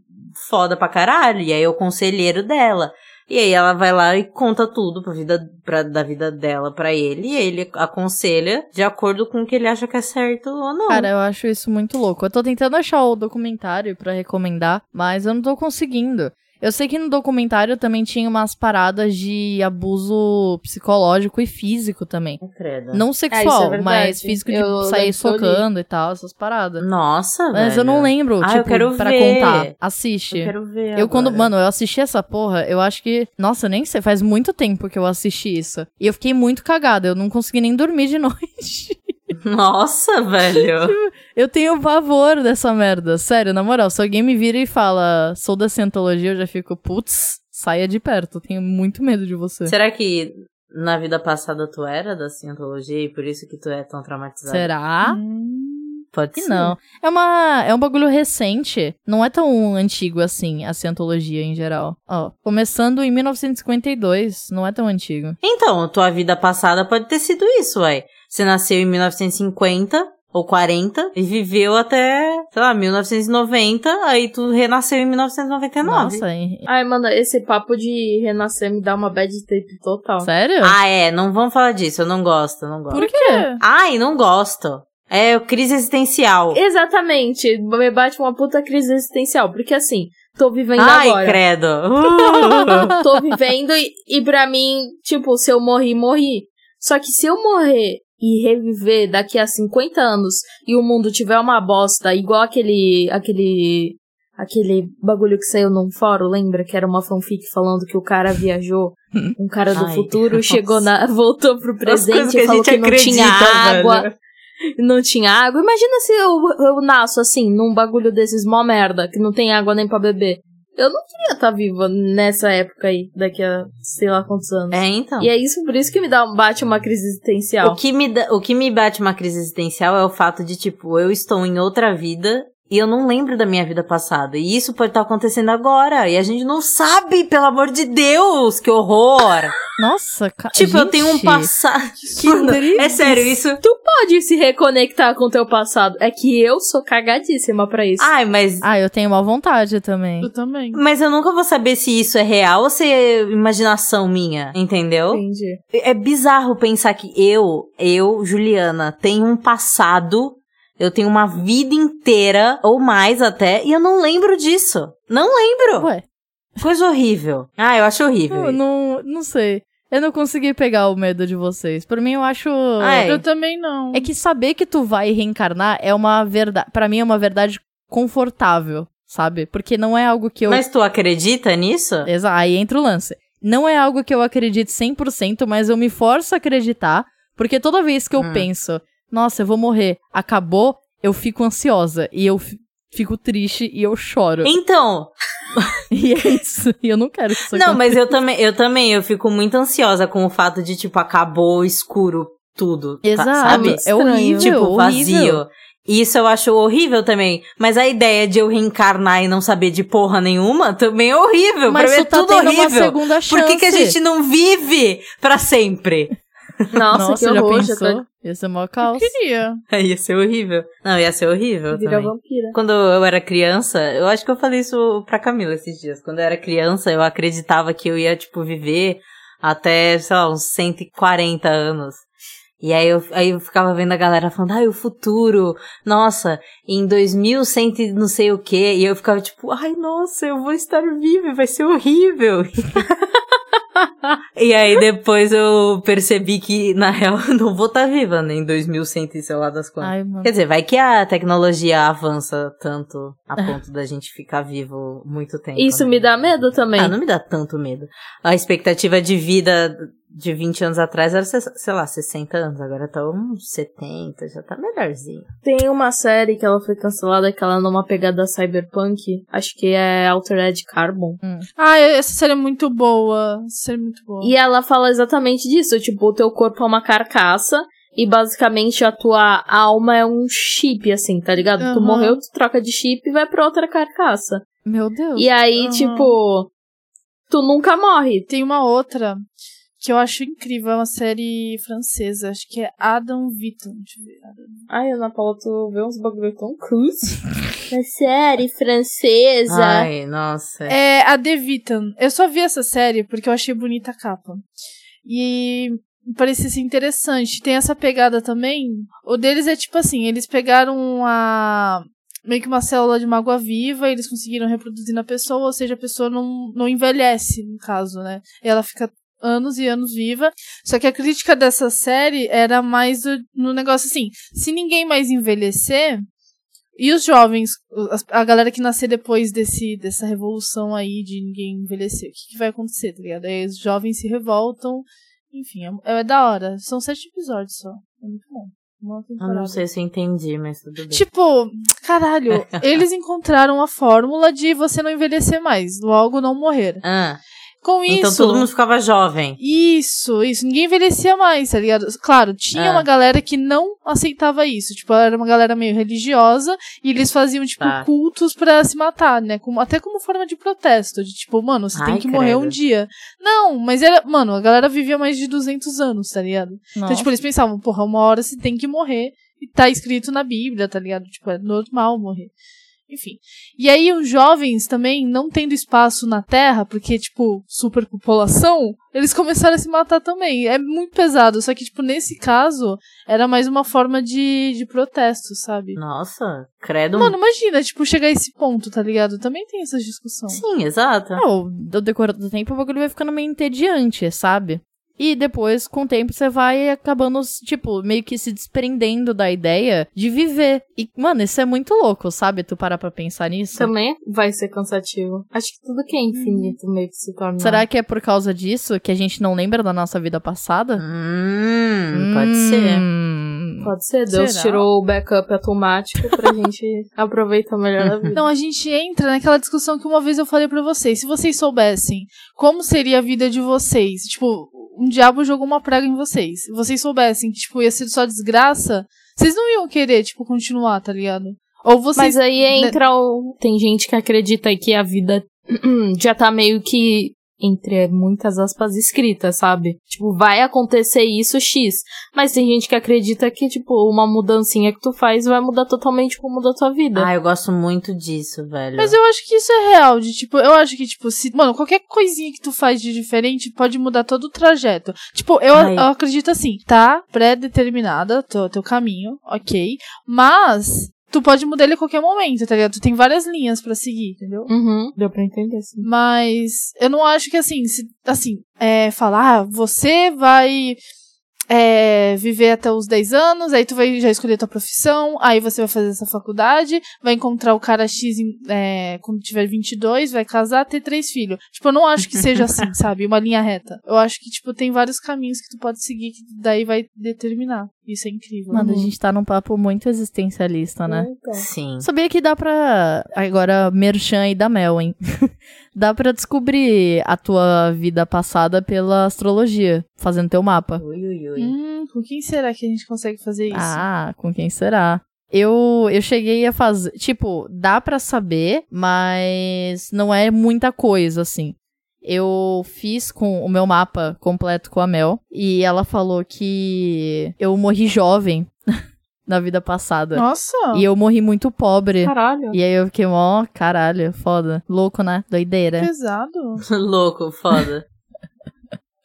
C: foda pra caralho, e aí é o conselheiro dela. E aí ela vai lá e conta tudo pra vida, pra, da vida dela pra ele, e ele aconselha de acordo com o que ele acha que é certo ou não.
A: Cara, eu acho isso muito louco. Eu tô tentando achar o documentário pra recomendar, mas eu não tô conseguindo. Eu sei que no documentário também tinha umas paradas de abuso psicológico e físico também.
C: Não credo.
A: Não
B: isso é
A: sexual,
B: verdade.
A: mas físico de tipo,
B: Eu
A: sair
B: lembro que eu li.
A: socando e tal, essas paradas.
C: Nossa,
A: Mas
C: velho.
A: eu não lembro,
C: Ah, eu
A: tipo,
C: quero
A: pra
C: ver.
A: contar.
C: Eu
A: Assiste.
C: quero ver.
A: Eu quando,
C: agora.
A: mano, eu assisti essa porra, eu acho que, nossa, eu nem sei, faz muito tempo que eu assisti isso. E eu fiquei muito cagada, eu não consegui nem dormir de <laughs> noite.
C: <laughs> Nossa,
A: <laughs>
C: velho.
A: Eu tenho pavor dessa merda, sério, na moral, se alguém me vira e fala, sou da Cientologia, eu já fico, putz, saia de perto, eu tenho muito medo de você.
C: Será que na vida passada tu era da cientologia e por isso que tu é tão traumatizada?
A: Será?
C: Pode
A: Que
C: ser.
A: não. É, uma, é um bagulho recente. Não é tão antigo assim, a cientologia em geral. Ó, começando em 1952. Não é tão antigo.
C: Então, tua vida passada pode ter sido isso, ué. Você nasceu em 1950 ou 40 e viveu até, sei lá, 1990, aí tu renasceu em 1999.
A: Nossa, hein?
B: Ai, mano, esse papo de renascer me dá uma bad tape total.
A: Sério?
C: Ah, é, não vamos falar disso, eu não gosto, não gosto.
A: Por quê?
C: Ai, não gosto. É crise existencial.
B: Exatamente, me bate uma puta crise existencial, porque assim, tô vivendo
C: Ai,
A: <laughs>
B: agora.
C: credo.
B: tô vivendo e, e pra mim, tipo, se eu morri, morri. Só que se eu morrer e reviver daqui a 50 anos e o mundo tiver uma bosta, igual aquele. aquele. aquele bagulho que saiu num fórum, lembra? Que era uma fanfic falando que o cara viajou. Um cara do
C: Ai,
B: futuro
C: <laughs> nossa.
B: chegou na. voltou pro
C: coisas
B: presente
C: que
B: e
C: a
B: falou
C: gente
B: que não tinha
C: acredita,
B: água.
C: velho.
B: Não tinha água. Imagina se eu, eu nasço assim, num bagulho desses mó merda, que não tem água nem pra beber. Eu não queria estar viva nessa época aí, daqui a sei lá quantos anos.
C: É, então.
B: E é isso, por isso que me dá, bate uma crise existencial.
C: O que, me dá- o que me bate uma crise existencial é o fato de, tipo, eu estou em outra vida e eu não lembro da minha vida passada. E isso pode estar acontecendo agora. E a gente não sabe, pelo amor de Deus, que horror!
A: Nossa, cara.
C: tipo, eu tenho um passado. É sério, isso.
B: Tu pode se reconectar com teu passado. É que eu sou cagadíssima pra isso.
C: Ai, mas.
A: Ah, eu tenho má vontade também.
D: Eu também.
C: Mas eu nunca vou saber se isso é real ou se é imaginação minha, entendeu?
B: entendi.
C: É bizarro pensar que eu, eu, Juliana, tenho um passado, eu tenho uma vida inteira, ou mais até, e eu não lembro disso. Não lembro.
A: Ué,
C: Coisa horrível. Ah, eu acho horrível.
A: eu não, não sei. Eu não consegui pegar o medo de vocês. Por mim, eu acho.
C: Ah, é.
D: Eu também não.
A: É que saber que tu vai reencarnar é uma verdade. Pra mim, é uma verdade confortável, sabe? Porque não é algo que eu.
C: Mas tu acredita nisso?
A: Exa- Aí entra o lance. Não é algo que eu acredite 100%, mas eu me forço a acreditar, porque toda vez que eu
C: Hum.
A: penso, nossa, eu vou morrer, acabou, eu fico ansiosa e eu fi- fico triste e eu choro.
C: Então,
A: <laughs> E é isso. E eu não quero que isso
C: não,
A: aconteça. <laughs>
C: mas eu também, eu também, eu fico muito ansiosa com o fato de, tipo, acabou escuro tudo. tá-
A: Exato.
C: sabe?
A: É horrível,
C: Tipo,
A: horrível.
C: vazio. Isso eu acho horrível também. Mas a ideia de eu reencarnar e não saber de porra nenhuma também é horrível.
A: Mas
C: pra mim é
A: tu tá
C: tudo
A: tendo
C: horrível.
A: uma segunda chance.
C: Por que, que a gente não vive pra sempre? <laughs>
B: Nossa,
A: Nossa,
B: que
A: já
B: horror, já tá
A: pensou?
B: tô...
A: Esse é o maior
D: Eu
A: caos.
D: queria.
C: ia ser horrível. Não, ia ser horrível
B: Vira
C: também.
B: vampira.
C: Quando eu era criança, eu acho que eu falei isso pra Camila esses dias. Quando eu era criança, eu acreditava que eu ia, tipo, viver até, sei lá, uns 140 anos. E aí eu, aí eu ficava vendo a galera falando, ai, o futuro, nossa, em 2100 e não sei o quê. E eu ficava tipo, ai, nossa, eu vou estar vivo, vai ser horrível. <laughs> e aí depois eu percebi que, na real, <laughs> eu não vou estar viva, né, em 2100 e sei lá das quantas.
A: Ai, mano.
C: Quer dizer, vai que a tecnologia avança tanto a ponto da gente ficar vivo muito tempo.
B: Isso
C: né?
B: me dá medo também.
C: Ah, não me dá tanto medo. A expectativa de vida de 20 anos atrás era, sei sei lá, 60 anos. Agora tá uns 70, já tá melhorzinho.
B: Tem uma série que ela foi cancelada, que ela é numa pegada cyberpunk. Acho que é Altered Carbon.
D: Ah, essa série é muito boa. Essa série é muito boa.
B: E ela fala exatamente disso, tipo, o teu corpo é uma carcaça e basicamente a tua alma é um chip, assim, tá ligado? Tu
D: Aham.
B: morreu, tu troca de chip e vai pra outra carcaça.
A: Meu Deus.
B: E aí,
D: Aham.
B: tipo, tu nunca morre.
D: Tem uma outra que eu acho incrível. É uma série francesa. Acho que é Adam Viton. Deixa eu ver.
B: Ai, Ana Paula, tu vê uns bagulho tão cruz. Na É série francesa.
C: Ai, nossa.
D: É a The Vitan. Eu só vi essa série porque eu achei bonita a capa. E parecia ser interessante. Tem essa pegada também. O deles é tipo assim, eles pegaram a meio que uma célula de mágoa viva, eles conseguiram reproduzir na pessoa, ou seja, a pessoa não, não envelhece, no caso, né? Ela fica anos e anos viva. Só que a crítica dessa série era mais do- no negócio assim, se ninguém mais envelhecer, e os jovens, as- a galera que nascer depois desse, dessa revolução aí de ninguém envelhecer, o que, que vai acontecer, tá ligado? Aí os jovens se revoltam, enfim, é, é da hora. São sete episódios só. É muito bom. Uma
C: Eu
D: temporada.
C: Ah, não sei se eu entendi, mas tudo bem.
D: Tipo,
C: <laughs>
D: caralho, eles encontraram a fórmula de você não envelhecer mais, logo não morrer.
C: Ah,
D: com isso.
C: Então todo mundo ficava jovem.
D: Isso, isso. Ninguém envelhecia mais, tá ligado? Claro, tinha
C: É.
D: uma galera que não aceitava isso. Tipo, era uma galera meio religiosa e eles faziam, tipo,
C: Tá.
D: cultos pra se matar, né? Como, até como forma de protesto. De tipo, mano, você
C: Ai,
D: tem que morrer
C: credo.
D: um dia. Não, mas era. Mano, a galera vivia mais de 200 anos, tá ligado? Então, tipo, eles pensavam, porra, uma hora você tem que morrer. E tá escrito na Bíblia, tá ligado? Tipo, é normal morrer. Enfim. E aí os jovens também, não tendo espaço na Terra, porque, tipo, superpopulação, eles começaram a se matar também. É muito pesado. Só que, tipo, nesse caso, era mais uma forma de, de protesto, sabe?
C: Nossa, credo.
D: Mano, imagina, tipo, chegar a esse ponto, tá ligado? Também tem essas discussões.
C: Sim, exato.
A: Não, do decorrer do tempo, o bagulho vai ficando meio entediante, sabe? E depois, com o tempo, você vai acabando, tipo, meio que se desprendendo da ideia de viver. E, mano, isso é muito louco, sabe? Tu parar pra pensar nisso.
B: Também vai ser cansativo. Acho que tudo que é infinito meio que se torna.
A: Será que é por causa disso que a gente não lembra da nossa vida passada?
C: Hum, pode ser.
A: Hum.
B: Pode ser, Deus
A: Será?
B: tirou o backup automático
C: <laughs>
B: pra gente aproveitar melhor a vida.
D: Não, Então, a gente entra naquela discussão que uma vez eu falei pra vocês. Se vocês soubessem como seria a vida de vocês, tipo, um diabo jogou uma praga em vocês. Se vocês soubessem que, tipo, ia ser só desgraça, vocês não iam querer, tipo, continuar, tá ligado? Ou vocês.
B: Mas aí entra o. Tem gente que acredita que a vida <clears throat> já tá meio que. Entre muitas aspas escritas, sabe? Tipo, vai acontecer isso X. Mas tem gente que acredita que, tipo, uma mudancinha que tu faz vai mudar totalmente como muda a tua vida.
C: Ah, eu gosto muito disso, velho.
D: Mas eu acho que isso é real, de tipo, eu acho que, tipo, se. Mano, qualquer coisinha que tu faz de diferente pode mudar todo o trajeto. Tipo, eu,
C: Ai.
D: eu acredito assim, tá pré-determinada teu, teu caminho, ok. Mas tu pode mudar ele a qualquer momento, tá ligado? Tu tem várias linhas pra seguir, entendeu?
B: Uhum. Deu pra entender, sim.
D: Mas eu não acho que assim, se, assim, é, falar, ah, você vai é, viver até os 10 anos, aí tu vai já escolher tua profissão, aí você vai fazer essa faculdade, vai encontrar o cara X em, é, quando tiver 22, vai casar, ter três filhos. Tipo, eu não acho que seja assim, sabe? Uma linha reta. Eu acho que, tipo, tem vários caminhos que tu pode seguir que daí vai determinar. Isso é incrível.
A: Mano, a gente tá num papo muito existencialista, né?
C: Sim.
A: Sabia que dá pra. Agora, merchan e da Mel, hein? <laughs> dá pra descobrir a tua vida passada pela astrologia, fazendo teu mapa.
C: Ui, ui, ui.
D: Hum, com quem será que a gente consegue fazer isso?
A: Ah, com quem será? Eu, eu cheguei a fazer. Tipo, dá pra saber, mas não é muita coisa, assim. Eu fiz com o meu mapa completo com a Mel e ela falou que eu morri jovem <laughs> na vida passada.
D: Nossa!
A: E eu morri muito pobre.
B: Caralho.
A: E aí eu fiquei, ó, caralho, foda. Louco, né? Doideira.
D: Pesado.
C: <laughs> Louco, foda.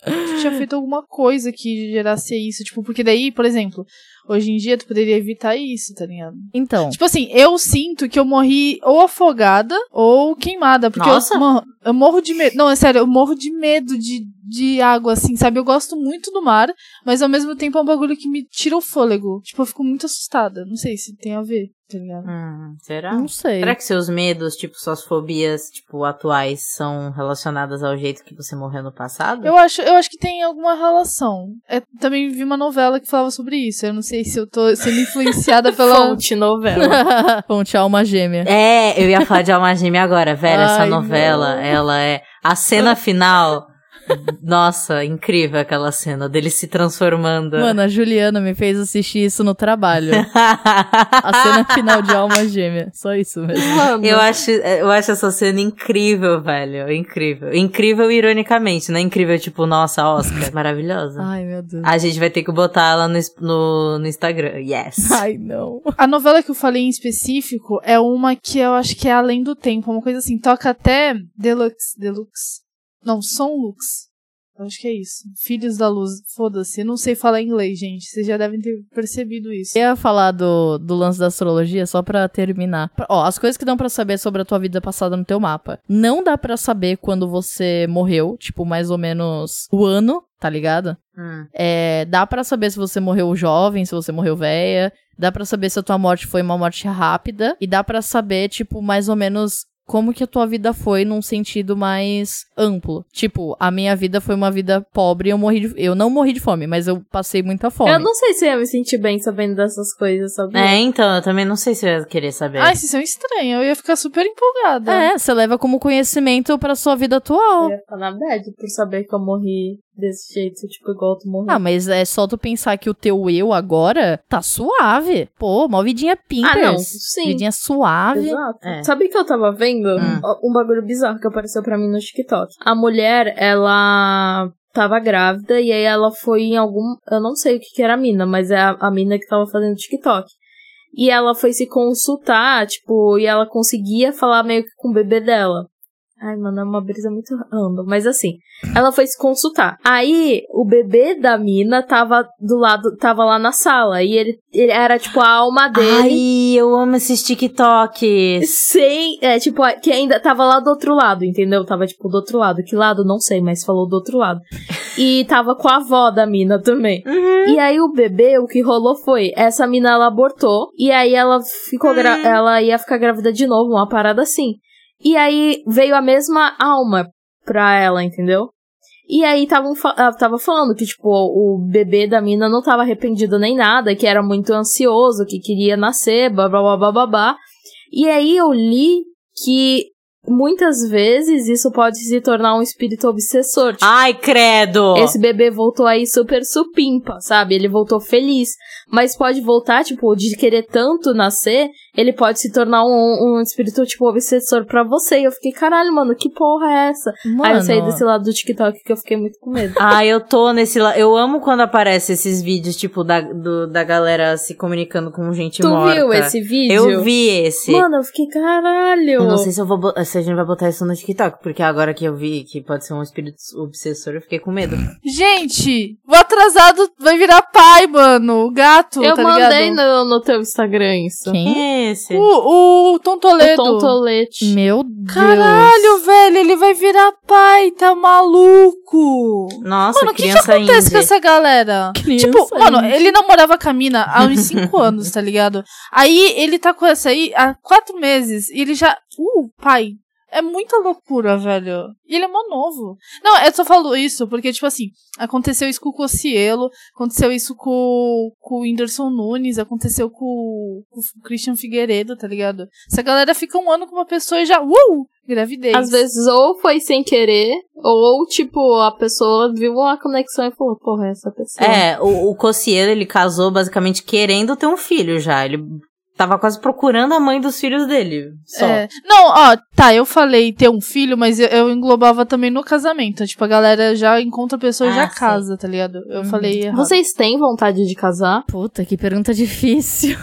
D: tu tinha feito alguma coisa que gerasse isso. Tipo, porque daí, por exemplo, hoje em dia tu poderia evitar isso, tá ligado?
A: Então,
D: Tipo assim, eu sinto que eu morri ou afogada ou queimada. Porque
C: Nossa.
D: eu morro, eu morro de medo. Não, é sério, eu morro de medo de, de água, assim, sabe? Eu gosto muito do mar, mas ao mesmo tempo é um bagulho que me tira o fôlego. Tipo, eu fico muito assustada. Não sei se tem a ver, tá ligado?
C: <laughs> Hum, será?
A: não sei.
C: Será que seus medos, tipo, suas fobias, tipo, atuais, são relacionadas ao jeito que você morreu no passado?
D: Eu acho, eu acho que tem alguma relação. É, também vi uma novela que falava sobre isso. Eu não sei se eu tô sendo influenciada pela.
B: Fonte novela.
A: <laughs> Ponte alma gêmea.
C: É, eu <laughs> ia falar de Alma Gêmea agora, velho. essa
A: Ai,
C: novela, ela é. A cena final. nossa, incrível aquela cena dele se transformando.
A: Mano, a Juliana me fez assistir isso no trabalho. A <laughs> cena final de alma gêmea. Só isso mesmo.
B: Mano.
C: <laughs> <laughs> Eu acho, eu acho essa cena incrível, velho. Incrível. Incrível ironicamente, não é incrível, tipo, nossa, Oscar, maravilhosa.
A: Ai, meu Deus.
C: A gente vai ter que botar ela no, es- no, no Instagram. Yes.
A: Ai, não.
D: A novela que eu falei em específico é uma que eu acho que é Além do Tempo, uma coisa assim, toca até Deluxe, Deluxe. Não, Som Lux. Eu acho que é isso. Filhos da Luz, foda-se, eu não sei falar inglês, gente. Vocês já devem ter percebido isso.
A: Eu ia falar do, do lance da astrologia só pra terminar. Pra- Ó, as coisas que dão pra saber sobre a tua vida passada no teu mapa. Não dá pra saber quando você morreu, tipo, mais ou menos o ano, tá ligado?
C: Hum.
A: É, dá pra saber se você morreu jovem, se você morreu velha. Dá pra saber se a tua morte foi uma morte rápida. E dá pra saber, tipo, mais ou menos como que a tua vida foi num sentido mais amplo. Tipo, a minha vida foi uma vida pobre, eu morri de, eu não morri de fome, mas eu passei muita fome.
B: Eu não sei se eu ia me sentir bem sabendo dessas coisas, sabe?
C: É, então, eu também não sei se eu ia querer saber.
D: Ai, vocês são estranhos. Eu ia ficar super empolgada.
A: É, você leva como conhecimento pra sua vida atual.
B: Eu ia ficar na bad por saber que eu morri desse jeito, tipo, igual tu morreu.
A: Ah, mas é só tu pensar que o teu eu agora tá suave. Pô, uma vidinha pimpers.
B: Ah, não, sim.
A: Vidinha suave.
B: Exato.
C: É.
B: Sabe o que eu tava vendo?
C: Hum.
B: Um bagulho bizarro que apareceu pra mim no TikTok. A mulher, ela tava grávida e aí ela foi em algum. Eu não sei o que, que era a mina, mas é a, a mina que tava fazendo TikTok. E ela foi se consultar, tipo, e ela conseguia falar meio que com o bebê dela. Ai, mano, é uma brisa muito random. Mas assim, ela foi se consultar. Aí, o bebê da mina tava do lado, tava lá na sala. E ele, ele era, tipo, a alma dele.
C: Ai, eu amo esses TikToks.
B: Sem, é, tipo, a- que ainda tava lá do outro lado, entendeu? Tava, tipo, do outro lado. Que lado? Não sei, mas falou do outro lado. E tava com a avó da mina também. E aí o bebê, o que rolou foi, essa mina ela abortou, e aí ela ficou gra- ela ia ficar grávida de novo, uma parada assim. E aí veio a mesma alma pra ela, entendeu? E aí tavam fa- ela tava falando que, tipo, o o bebê da mina não tava arrependido nem nada, que era muito ansioso, que queria nascer, blá blá blá blá blá blá. E aí eu li que muitas vezes isso pode se tornar um espírito obsessor. Tipo,
C: Ai, credo.
B: esse bebê voltou aí super supimpa, sabe? Ele voltou feliz. Mas pode voltar, tipo, de querer tanto nascer, ele pode se tornar um, um espírito, tipo, obsessor pra você. E eu fiquei, caralho, mano, que porra é essa? Aí eu saí desse lado do TikTok que eu fiquei muito com medo.
C: Ah, eu tô nesse lá. Eu amo quando aparece esses vídeos, tipo, da, do- da galera se comunicando com gente
B: tu
C: morta.
B: viu esse vídeo?
C: Eu vi esse.
B: Mano, eu fiquei, caralho.
C: Eu não sei se, eu vou, bo- se a gente vai botar isso no TikTok, porque agora que eu vi que pode ser um espírito obsessor, eu fiquei com medo.
D: Gente, o atrasado vai virar pai, mano. O gato,
B: Eu
D: tá
B: mandei no,
D: ligado?
B: no teu Instagram isso.
A: Quem?
C: É esse.
D: Uh, O, o Tom Toledo.
B: O Tom Tolete.
A: Meu Deus.
D: Caralho, velho, ele vai virar pai, tá maluco.
C: Nossa,
D: mano, o que, que
C: criança
D: acontece
C: indie.
D: com essa galera?
A: Criança
D: tipo, mano,
A: indie.
D: ele namorava com a mina há uns 5 anos, tá ligado? Aí ele tá com essa aí há 4 meses e ele já. Uh, pai. É muita loucura, velho. E ele é mó novo. Não, eu só falo isso porque, tipo assim, aconteceu isso com o Cocielo, aconteceu isso com, com o Whindersson Nunes, aconteceu com, com o Christian Figueiredo, tá ligado? Essa galera fica um ano com uma pessoa e já, uh, gravidez.
B: Às vezes, ou foi sem querer, ou, tipo, a pessoa viu uma conexão e falou, porra, é essa pessoa.
C: É, o, o Cossiello, ele casou basicamente querendo ter um filho já. Ele tava quase procurando a mãe dos filhos dele. Só.
D: É. Não, ó, tá, eu falei ter um filho, mas eu, eu englobava também no casamento. Tipo, a galera já encontra a pessoa e
C: Ah,
D: já
C: sim.
D: casa, tá ligado? Eu
A: Uhum.
D: falei errado. <laughs>
B: Vocês têm vontade de casar?
A: Puta, que pergunta
B: <laughs>
A: difícil.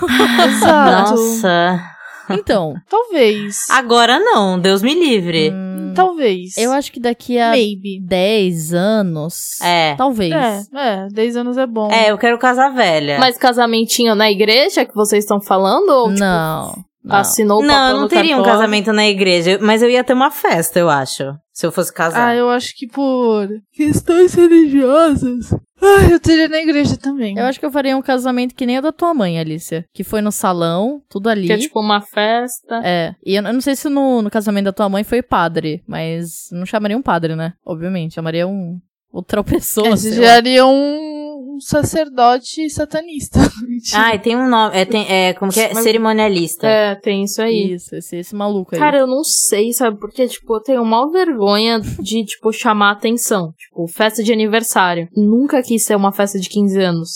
D: Exato.
C: Nossa.
A: Então,
D: Talvez. Hum,
C: Agora não, Deus me livre.
B: Hum.
D: Talvez.
A: eu acho que daqui a
D: Maybe.
A: 10 anos.
C: É.
A: Talvez.
D: É, é, 10 anos é bom.
C: É, eu quero casar velha.
B: Mas casamentinho na igreja que vocês estão falando? Ou, tipo,
A: não. não.
B: assinou o
C: não,
B: papel
C: eu não
B: no
C: teria um
B: cartório?
C: casamento na igreja, mas eu ia ter uma festa, eu acho. Se eu fosse
D: Ah,
C: casar.
D: eu acho que por questões religiosas. Ai, eu teria na igreja também.
A: Eu acho que eu faria um casamento que nem o da tua mãe, Alicia. Que foi no salão, tudo ali.
B: Que é tipo uma festa.
A: É, e eu eu não sei se no, no casamento da tua mãe foi padre, mas não chamaria um padre, né? Obviamente, chamaria um outra <laughs> pessoa.
D: É,
A: sei
D: você
A: lá.
D: geraria um, um sacerdote satanista. <laughs> Mentira.
C: Ah, e tem um nome. É, tem- é, como que é?
B: Mas-
C: Cerimonialista.
B: É, tem isso aí.
A: Isso, esse, esse maluco aí.
B: Cara, eu não sei, sabe? Porque, tipo, eu tenho mal vergonha de, tipo, chamar atenção. Tipo, festa de aniversário. Nunca quis ser uma festa de 15 anos.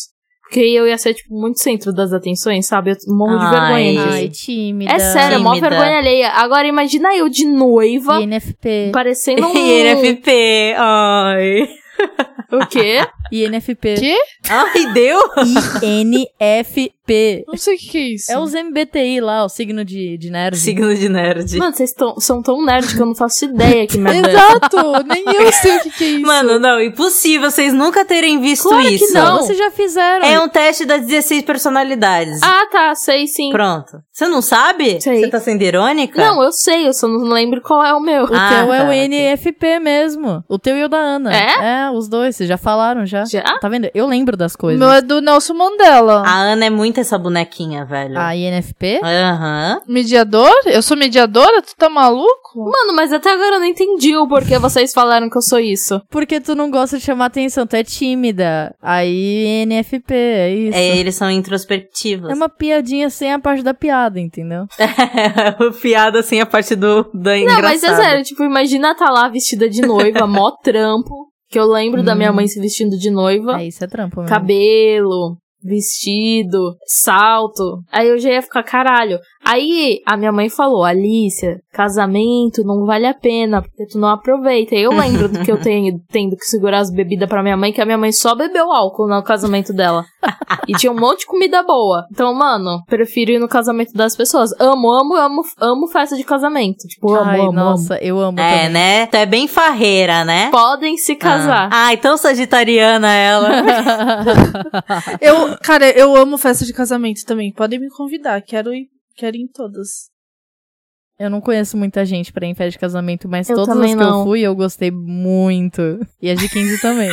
B: Porque eu ia ser, tipo, muito centro das atenções, sabe? Eu morro de
C: Ai.
B: vergonha disso.
A: Ai, tímida.
B: É sério, mó
C: Tímida.
B: vergonha alheia. Agora imagina eu de noiva,
A: INFP.
C: <laughs>
B: parecendo um...
C: INFP, é ai.
B: O
C: <laughs>
B: quê?
A: INFP.
D: Que?
C: Ai, deu?
A: INFP.
D: Não sei o que, que é isso. <laughs>
A: É os MBTI lá, o signo de, de nerd.
C: Signo de nerd.
B: Mano, vocês tão- são tão nerd que eu não faço ideia
C: <laughs> né?
B: que merda. é.
D: Exato, nem eu sei o que, que é isso.
C: Mano, não, impossível vocês nunca terem visto
A: claro
C: isso.
A: que não, Então, vocês já fizeram.
C: É um teste das 16 personalidades.
B: Ah, tá, sei sim.
C: Pronto. Você não sabe?
B: Sei.
C: Você tá sendo irônica?
B: Não, eu sei, eu só não lembro qual é o meu.
A: O
C: Ah,
A: teu é
C: tá,
A: o
C: ok.
A: NFP mesmo. O teu e o da Ana.
B: É?
A: É, os dois, vocês já falaram já.
B: Já? Ah,
A: Tá vendo? Eu lembro das coisas.
D: Meu é do Nelson Mandela.
C: A Ana é muito essa bonequinha, velho.
A: A INFP?
C: Ah. Aham.
D: Mediador? Eu sou mediadora? Tu tá maluco?
B: Mano, mas até agora eu não entendi o porquê vocês falaram que eu sou isso.
A: Porque tu não gosta de chamar atenção, tu é tímida. Aí INFP, é isso.
C: É, eles são introspectivos.
A: É
C: <laughs>
A: uma piadinha sem a parte da piada, entendeu?
C: o piada, assim, a parte do, da
B: Não, mas é sério, tipo, imagina tá lá vestida de noiva, mó trampo. Que eu lembro da minha mãe se vestindo de noiva.
A: É isso, é trampo mesmo.
B: cabelo, vestido, salto. Aí eu já ia ficar caralho. Aí a minha mãe falou: Alicia, casamento não vale a pena, porque tu não aproveita. E eu lembro do que eu tenho tendo que segurar as bebidas pra minha mãe, que a minha mãe só bebeu álcool no casamento dela. e tinha um monte de comida boa. Então, mano, prefiro ir no casamento das pessoas. Amo, amo, amo, amo festa de casamento. Tipo, amo,
A: Ai,
B: amo, amo.
A: nossa, eu amo
C: É,
A: também.
C: né? Tu é bem farreira, né?
B: Podem se
C: <laughs>
B: casar.
C: Ah, então sagitariana ela.
A: <laughs>
D: Eu, cara, eu amo festa de casamento também. Podem me convidar, quero ir, quero ir em todas.
A: Eu não conheço muita gente pra ir em festa de casamento, mas
B: Eu
A: todas as
B: também
A: que eu
B: não.
A: fui, eu gostei muito. E as de
B: <laughs>
A: 15 também.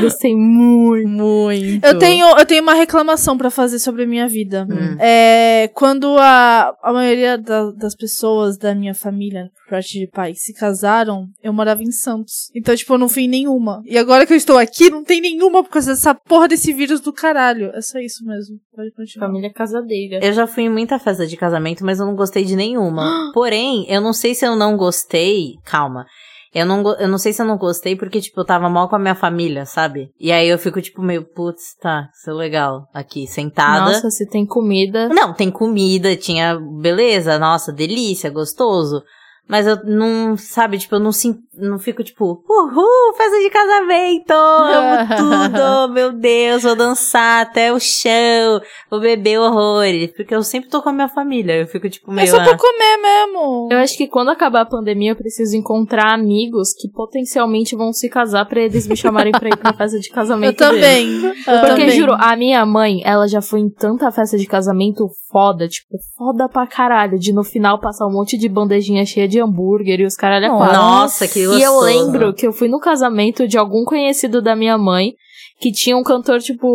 B: Gostei muito.
A: muito.
D: Eu tenho, eu tenho uma reclamação pra fazer sobre a minha vida.
C: Hum.
D: É, quando a, a maioria da- das pessoas da minha família, por parte de pai, se casaram, eu morava em Santos. Então, tipo, eu não fui em nenhuma. E agora que eu estou aqui, não tem nenhuma por causa dessa porra desse vírus do caralho. É só isso mesmo. Pode continuar.
B: Família casadeira.
C: eu já fui em muita festa de casamento, mas eu não gostei de nenhuma. Porém, eu não sei se eu não gostei. Calma. Eu não, go- eu não sei se eu não gostei porque, tipo, eu tava mal com a minha família, sabe? E aí eu fico, tipo, meio, putz, tá, isso é legal. Aqui, sentada.
B: Nossa, se tem comida.
C: Não, tem comida, tinha beleza, nossa, delícia, gostoso. Mas eu não, sabe, tipo, eu não, sin- não fico tipo, uhul, festa de casamento,
B: <laughs>
C: amo tudo, meu Deus, vou dançar até o chão, vou beber horrores. Porque eu sempre tô com a minha família, eu fico tipo
D: É
C: meio.
D: só pra
C: ah,
D: comer mesmo.
B: Eu acho que quando acabar a pandemia, eu preciso encontrar amigos que potencialmente vão se casar pra eles me chamarem pra ir pra festa de casamento.
D: Eu também. Eu
B: Porque,
D: também.
B: juro, a minha mãe, ela já foi em tanta festa de casamento foda, tipo, foda pra caralho, de no final passar um monte de bandejinha cheia de hambúrguer e os caralho é quatro.
C: Nossa, que gostoso.
B: E eu lembro que eu fui no casamento de algum conhecido da minha mãe que tinha um cantor, tipo,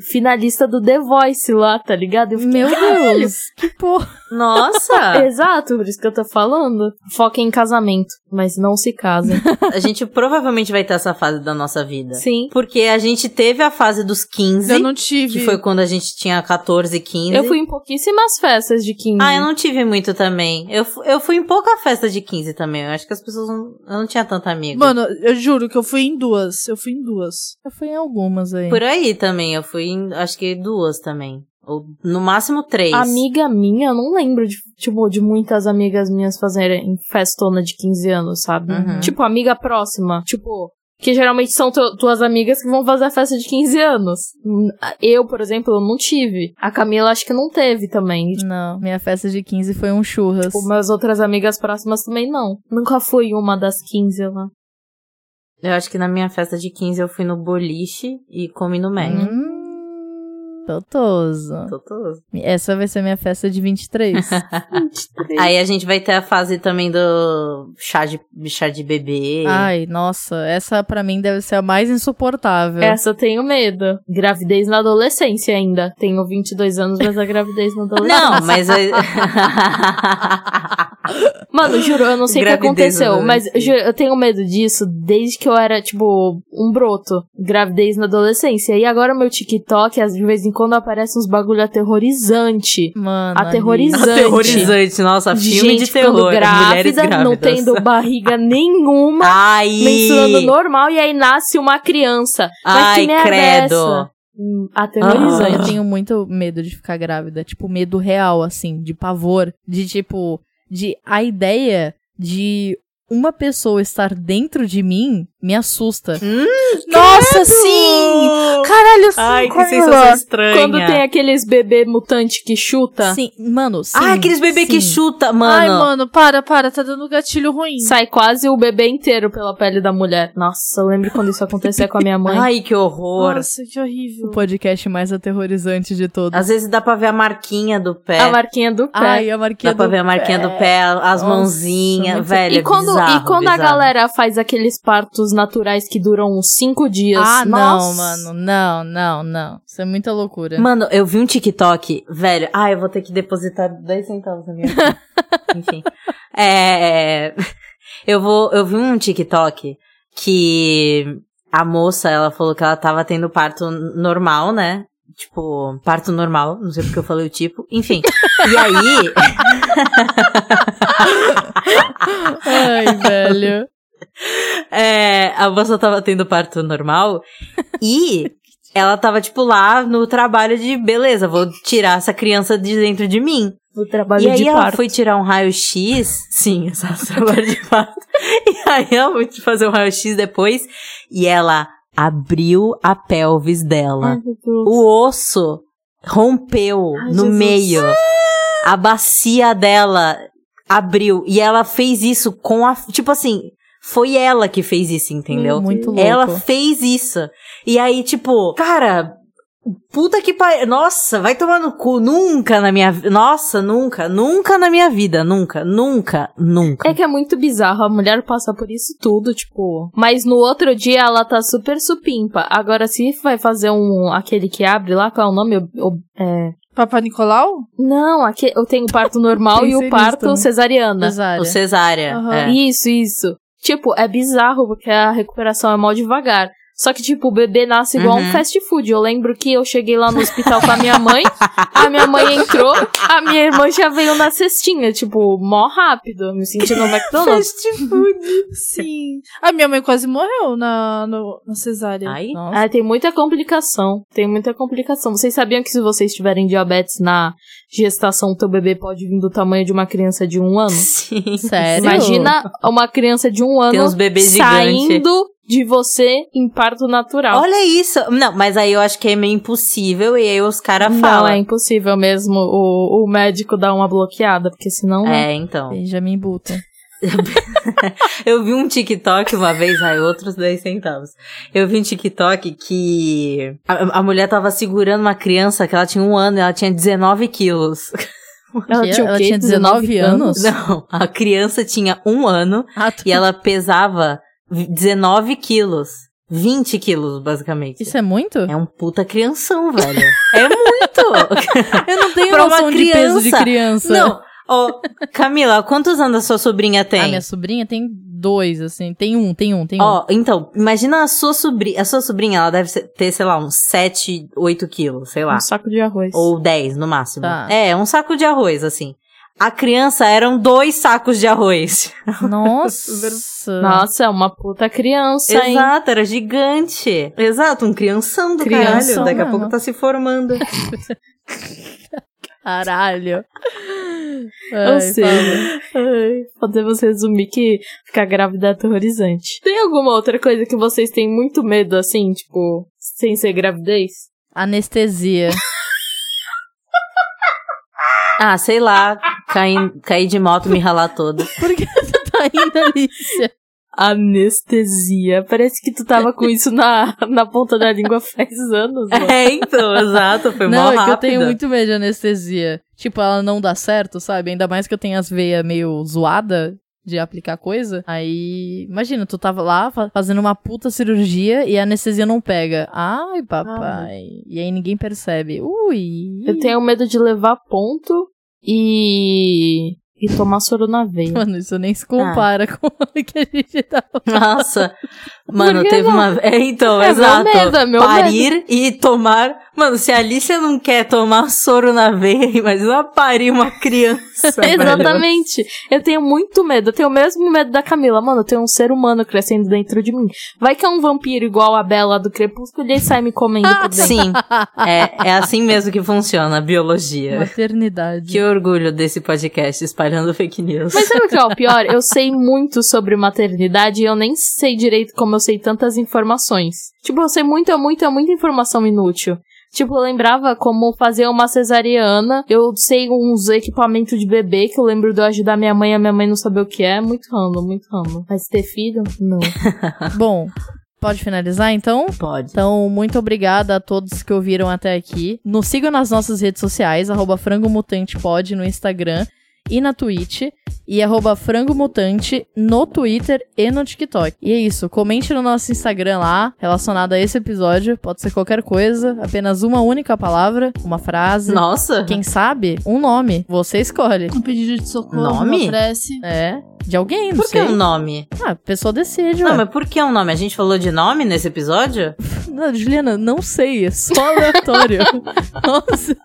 B: finalista do The Voice lá, tá ligado? Eu fiquei,
A: Meu Deus, que porra.
C: Nossa,
B: Exato, por isso que <laughs> eu tô falando. Foquem em casamento, mas não se
C: <laughs>
B: casem.
C: a gente provavelmente vai ter essa fase da nossa vida.
B: Sim.
C: Porque a gente teve a fase dos 15,
D: Eu não
C: que
D: tive.
C: foi quando a gente tinha 14, 15.
B: Eu fui em pouquíssimas festas de 15.
C: Ah, eu não tive muito também. Eu, fu- eu fui em pouca festa de 15 também. Eu acho que as pessoas não. Eu não tinha tanto amigo.
D: Mano, eu juro que eu fui em duas. Eu fui em duas.
A: Eu fui em algumas aí.
C: Por aí também. Eu fui em, acho que duas também. Ou no máximo três.
B: Amiga minha, eu não lembro de, tipo, de muitas amigas minhas fazerem festona de 15 anos, sabe?
C: Uhum.
B: Tipo, amiga próxima. Tipo, que geralmente são tu- tuas amigas que vão fazer a festa de 15 anos. Hum, Eu, por exemplo, eu não tive. A Camila acho que não teve
C: Hum.
B: também.
A: Não, minha festa de 15 foi um churras.
B: Tipo, minhas outras amigas próximas também não. Nunca fui uma das 15 lá.
C: Eu acho que na minha festa de 15 eu fui no boliche e comi no Mac.
B: Uhum.
A: Hum, Totoso.
C: Tô todo-
A: Essa vai ser minha festa de 23.
B: <laughs>
C: Aí a gente vai ter a fase também do chá de, chá de bebê.
A: Ai, nossa, essa pra mim deve ser a mais insuportável.
B: Essa eu É, tenho medo. Gravidez na adolescência ainda. Tenho 22 anos, mas a gravidez na adolescência. <laughs>
C: Não, mas. aí-
B: Mano, juro, eu não sei o que
C: Gravidez na
B: aconteceu, mas
C: adolescência.
B: juro, eu tenho medo disso desde que eu era, tipo, um broto. Gravidez na adolescência. E agora meu TikTok, às- de vez em quando, aparece uns bagulho aterrorizante.
A: Mano.
B: Aterrorizante.
C: Aterrorizante, nossa, filme
B: gente
C: de terror.
B: ficando
C: mulheres
B: grávida,
C: grávidas.
B: não tendo
C: <laughs>
B: barriga nenhuma.
C: Ai!
B: menstruando normal e aí nasce uma criança. Mas
C: Ai,
B: que merda é
C: credo.
B: essa? Hum,
A: Nossa,
C: é.
B: Aterrorizante.
A: eu tenho muito medo de ficar grávida. Tipo, medo real, assim, de pavor. De tipo. De a ideia de uma pessoa estar dentro de mim me assusta.
C: Hum,
D: Nossa, sim! Caralho, sim,
C: Ai, que
D: Camila.
C: sensação estranha.
B: Quando tem aqueles bebê mutante que chuta,
A: Sim, mano, sim.
C: Ah, aqueles bebês que
A: sim.
C: chuta,
D: Ai,
C: mano.
D: mano, para, para, tá dando gatilho ruim.
B: sai quase o bebê inteiro pela pele da mulher. Nossa, eu lembro quando isso acontecia com a minha mãe.
C: <laughs> Ai, que horror.
D: Nossa, que horrível.
A: O podcast mais aterrorizante de todos.
C: Às vezes dá pra ver a marquinha do pé.
B: A marquinha do pé.
A: Ai, a marquinha
C: Dá pra
A: do
C: ver a marquinha do pé, as
A: Nossa,
C: mãozinhas,
A: muito-
C: velho. é
B: e quando,
C: bizarro,
B: e quando a
C: bizarro.
B: galera faz aqueles partos produtos naturais que duram uns cinco dias.
A: Ah, não,
B: Nossa.
A: mano. Não, não, não. Isso é muita loucura.
C: Mano, eu vi um TikTok, velho. Ah, eu vou ter que depositar 10 centavos na minha conta. Enfim. É. Eu vou. Eu vi um TikTok que a moça, ela falou que ela tava tendo parto normal, né? Tipo, parto normal, não sei porque eu falei o tipo. Enfim. E aí. <laughs>
A: Ai,
C: <laughs>
A: velho.
C: É, a moça tava tendo parto normal e ela tava, tipo, lá no trabalho de beleza, vou tirar essa criança de dentro de mim.
B: O trabalho
C: e aí
B: de
C: ela
B: parto.
C: foi tirar um raio-x, sim, <laughs> exato, trabalho de parto. E aí ela foi fazer um raio-x depois e ela abriu a pelvis dela.
B: Ai, meu Deus.
C: O osso rompeu
B: Ai,
C: no
B: Jesus.
C: meio. A bacia dela abriu. E ela fez isso com a. Tipo assim, foi ela que fez isso,
B: Hum,
C: entendeu?
A: Muito louco.
C: ela fez isso. E aí, tipo, cara. Puta que pariu. Nossa, vai tomar no cu. Nunca na minha vida. Nossa, nunca. Nunca na minha vida. Nunca, nunca, nunca.
B: É que é muito bizarro a mulher passar por isso tudo, tipo. Mas no outro dia ela tá super supimpa. Agora, se vai fazer um. aquele que abre lá, qual é o nome? O- o- é...
D: Papa Nicolau?
B: Não, aqui, eu tenho o parto normal e
A: Pensei
B: o parto
A: nisso também.
B: cesariana.
A: Cesárea.
C: O cesárea.
D: Aham.
C: é.
B: Isso, isso. Tipo, é bizarro porque a recuperação é mal devagar. Só que, tipo, o bebê nasce igual
C: Uhum.
B: um fast food. Eu lembro que eu cheguei lá no hospital com a minha mãe, a minha mãe entrou, a minha irmã já veio na cestinha, tipo, mó rápido. Eu Me senti no McDonald's.
C: <laughs> Fast food.
D: Sim. A minha mãe quase morreu na, no, na cesárea.
C: Ai,
A: Nossa.
B: Ah, tem muita complicação. Tem muita complicação. Vocês sabiam que se vocês tiverem diabetes na gestação, teu bebê pode vir do tamanho de uma criança de um ano?
C: <laughs> sim.
A: Sério?
B: Imagina uma criança de um
C: Tem
B: ano
C: uns bebês gigantes.
B: saindo de você em parto natural.
C: Olha isso. Não, mas aí eu acho que é meio impossível e aí os caras
B: Não, é
C: falam.
B: impossível mesmo o, o médico dar uma bloqueada, porque senão. né?
C: É, então.
A: Benjamin Button.
C: Eu vi um TikTok uma vez, ai, outros 10 centavos. Eu vi um TikTok que a, a mulher tava segurando uma criança que ela tinha um ano e ela tinha 19 quilos.
B: Ela
A: Que-
B: tinha o
A: ela
B: quê?
A: tinha 19 anos?
C: <laughs> Não, a criança tinha um ano
A: Ah, tu-
C: e ela pesava 19 quilos. 20 quilos, basicamente.
A: Isso é muito?
C: É um puta crianção, velho. É muito!
A: Eu não tenho
C: <laughs> Pra uma
A: noção de peso de
C: criança.
A: criança.
C: Não, ó, Camila, quantos anos a sua sobrinha tem?
A: A minha sobrinha tem dois, assim. Tem um, tem um, tem um.
C: Ó, então, imagina a sua sobrinha. A sua sobrinha, ela deve ser- ter, sei lá, uns 7, 8 quilos, sei lá.
B: Um saco de arroz.
C: Ou 10 no máximo.
A: Tá.
C: É, um saco de arroz, assim. A criança eram dois sacos de arroz. <laughs>
A: Nossa.
B: Nossa, é uma puta criança, hein?
C: Exato, era gigante. Exato, um crianção do
A: Crianção
C: caralho. Daqui
A: mesmo.
C: a pouco tá se formando.
A: Caralho.
B: Ou
A: Ai,
B: seja, ai, podemos resumir que ficar grávida é aterrorizante. Tem alguma outra coisa que vocês têm muito medo, assim, tipo, sem ser gravidez?
C: <laughs>
A: Anestesia.
C: <laughs> Ah, sei lá, caí, caí de moto, me ralar toda.
A: Por que você tá indo, Alicia?
B: Anestesia. Parece que tu tava com isso na, <laughs> na ponta da língua faz anos, mano.
C: <laughs> É, então, exato, foi
A: não,
C: mó
A: é que
C: rápido.
A: eu tenho muito medo de anestesia. Tipo, ela não dá certo, sabe? Ainda mais que eu tenho as veias meio zoada de aplicar coisa. Aí, imagina, tu tava lá fa- fazendo uma puta cirurgia e a anestesia não pega. Ai, papai. E aí ninguém percebe. Ui.
B: Eu tenho medo de levar ponto e. e tomar soro na
A: <laughs>
B: veia.
A: Mano, isso nem se compara <laughs>
C: Ah.
A: com o que a gente tá
C: Nossa. Mano,
B: Por que
C: teve
B: não?
C: uma. É, então,
B: É meu
C: exato.
B: medo, é meu <laughs>
C: parir e tomar. Mano, se a Alicia não quer tomar soro na veia, <laughs> imagina parir uma criança.
B: <laughs>
C: velho.
B: Exatamente. Eu tenho muito medo. Eu tenho o mesmo medo da Camila. Mano, eu tenho um ser humano crescendo dentro de mim. Vai que é um vampiro igual a Bela do Crepúsculo e ele sai me comendo por dentro.
C: Sim. É, é assim mesmo que funciona a biologia.
A: Maternidade.
C: É. Que orgulho desse podcast espalhando fake news.
B: Mas sabe o que é o pior? Eu sei muito sobre maternidade e eu nem sei direito como eu sei tantas informações. Tipo, eu sei muita, muita, muita informação inútil. Tipo, eu lembrava como fazer uma cesariana. Eu sei uns equipamentos de bebê que eu lembro de eu ajudar minha mãe a minha mãe não saber o que é. Muito random, muito random. Mas ter filho? Não.
D: <laughs>
A: <laughs> Bom, pode finalizar então?
C: Pode.
A: Então, muito obrigada a todos que ouviram até aqui. Nos sigam nas nossas redes sociais, arroba frangomutantepod no Instagram e na Twitch. E arroba frangomutante no Twitter e no TikTok. E é isso. Comente no nosso Instagram lá, relacionado a esse episódio. Pode ser qualquer coisa, apenas uma única palavra, uma frase.
C: Nossa.
A: Quem sabe, um nome. Você escolhe.
D: Um pedido de socorro
C: Nome?
D: me oferece.
A: É, de alguém, não
C: Por que
A: sei.
C: um nome?
A: Ah, a pessoa decide,
C: Não,
A: ué.
C: mas por que um nome? A gente falou de nome nesse episódio?
A: Não, Juliana, não sei, é só <laughs> aleatório. Nossa.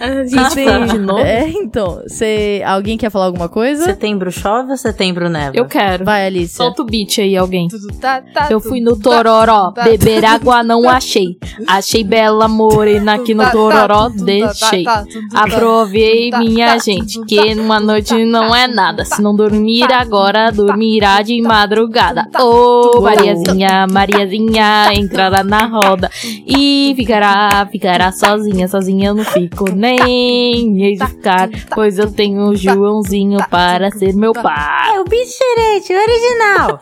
B: A gente
C: Sim.
B: falou de novo?
A: É, então, você alguém quer falar alguma coisa?
C: Setembro chove ou setembro neva?
B: Eu quero.
A: Vai, Alice.
B: Solta o beat aí, alguém.
D: Tudo tá, tá,
B: Eu
D: tudo
B: fui no
D: tá,
B: Tororó,
D: tá,
B: beber água não achei. Achei bela morena aqui no
D: tudo tá,
B: Tororó,
D: tudo tá, tá,
B: deixei.
D: tá, tudo tá.
B: <laughs> Aprovei,
D: tá,
B: minha
D: tá,
B: gente,
D: tá,
B: que numa noite não é nada. Se não dormir
D: tá,
B: agora,
D: tá,
B: dormirá de
D: tá,
B: madrugada.
D: tá,
B: Ô,
D: tá,
B: Mariazinha, Mariazinha, entrará na roda e ficará, ficará sozinha. Sozinha eu não fico
D: Tá,
B: nem hei de ficar, pois eu tenho o Joãozinho para
D: tá.
B: ser meu pai.
C: É o bichirete,
B: <laughs>
C: original.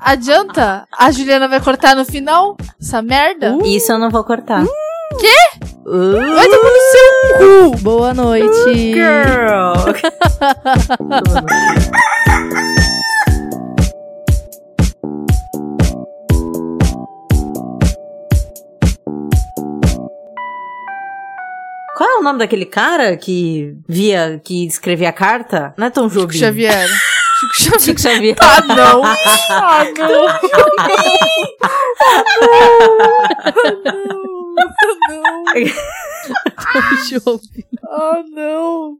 D: Adianta? A Juliana vai cortar no final? Essa merda?
C: Isso eu não vou cortar. Quê?
D: Vai tomar no seu cu!
A: Boa noite.
C: girl. <laughs> Qual é o nome daquele cara que via, que escrevia a carta? Não é Tom Jobim.
D: Chico Xavier. Chico Xavier.
C: Chico <laughs> Xavier.
D: Ah, não! Ah, não! Ah, não!
A: Show.
D: Ah, não!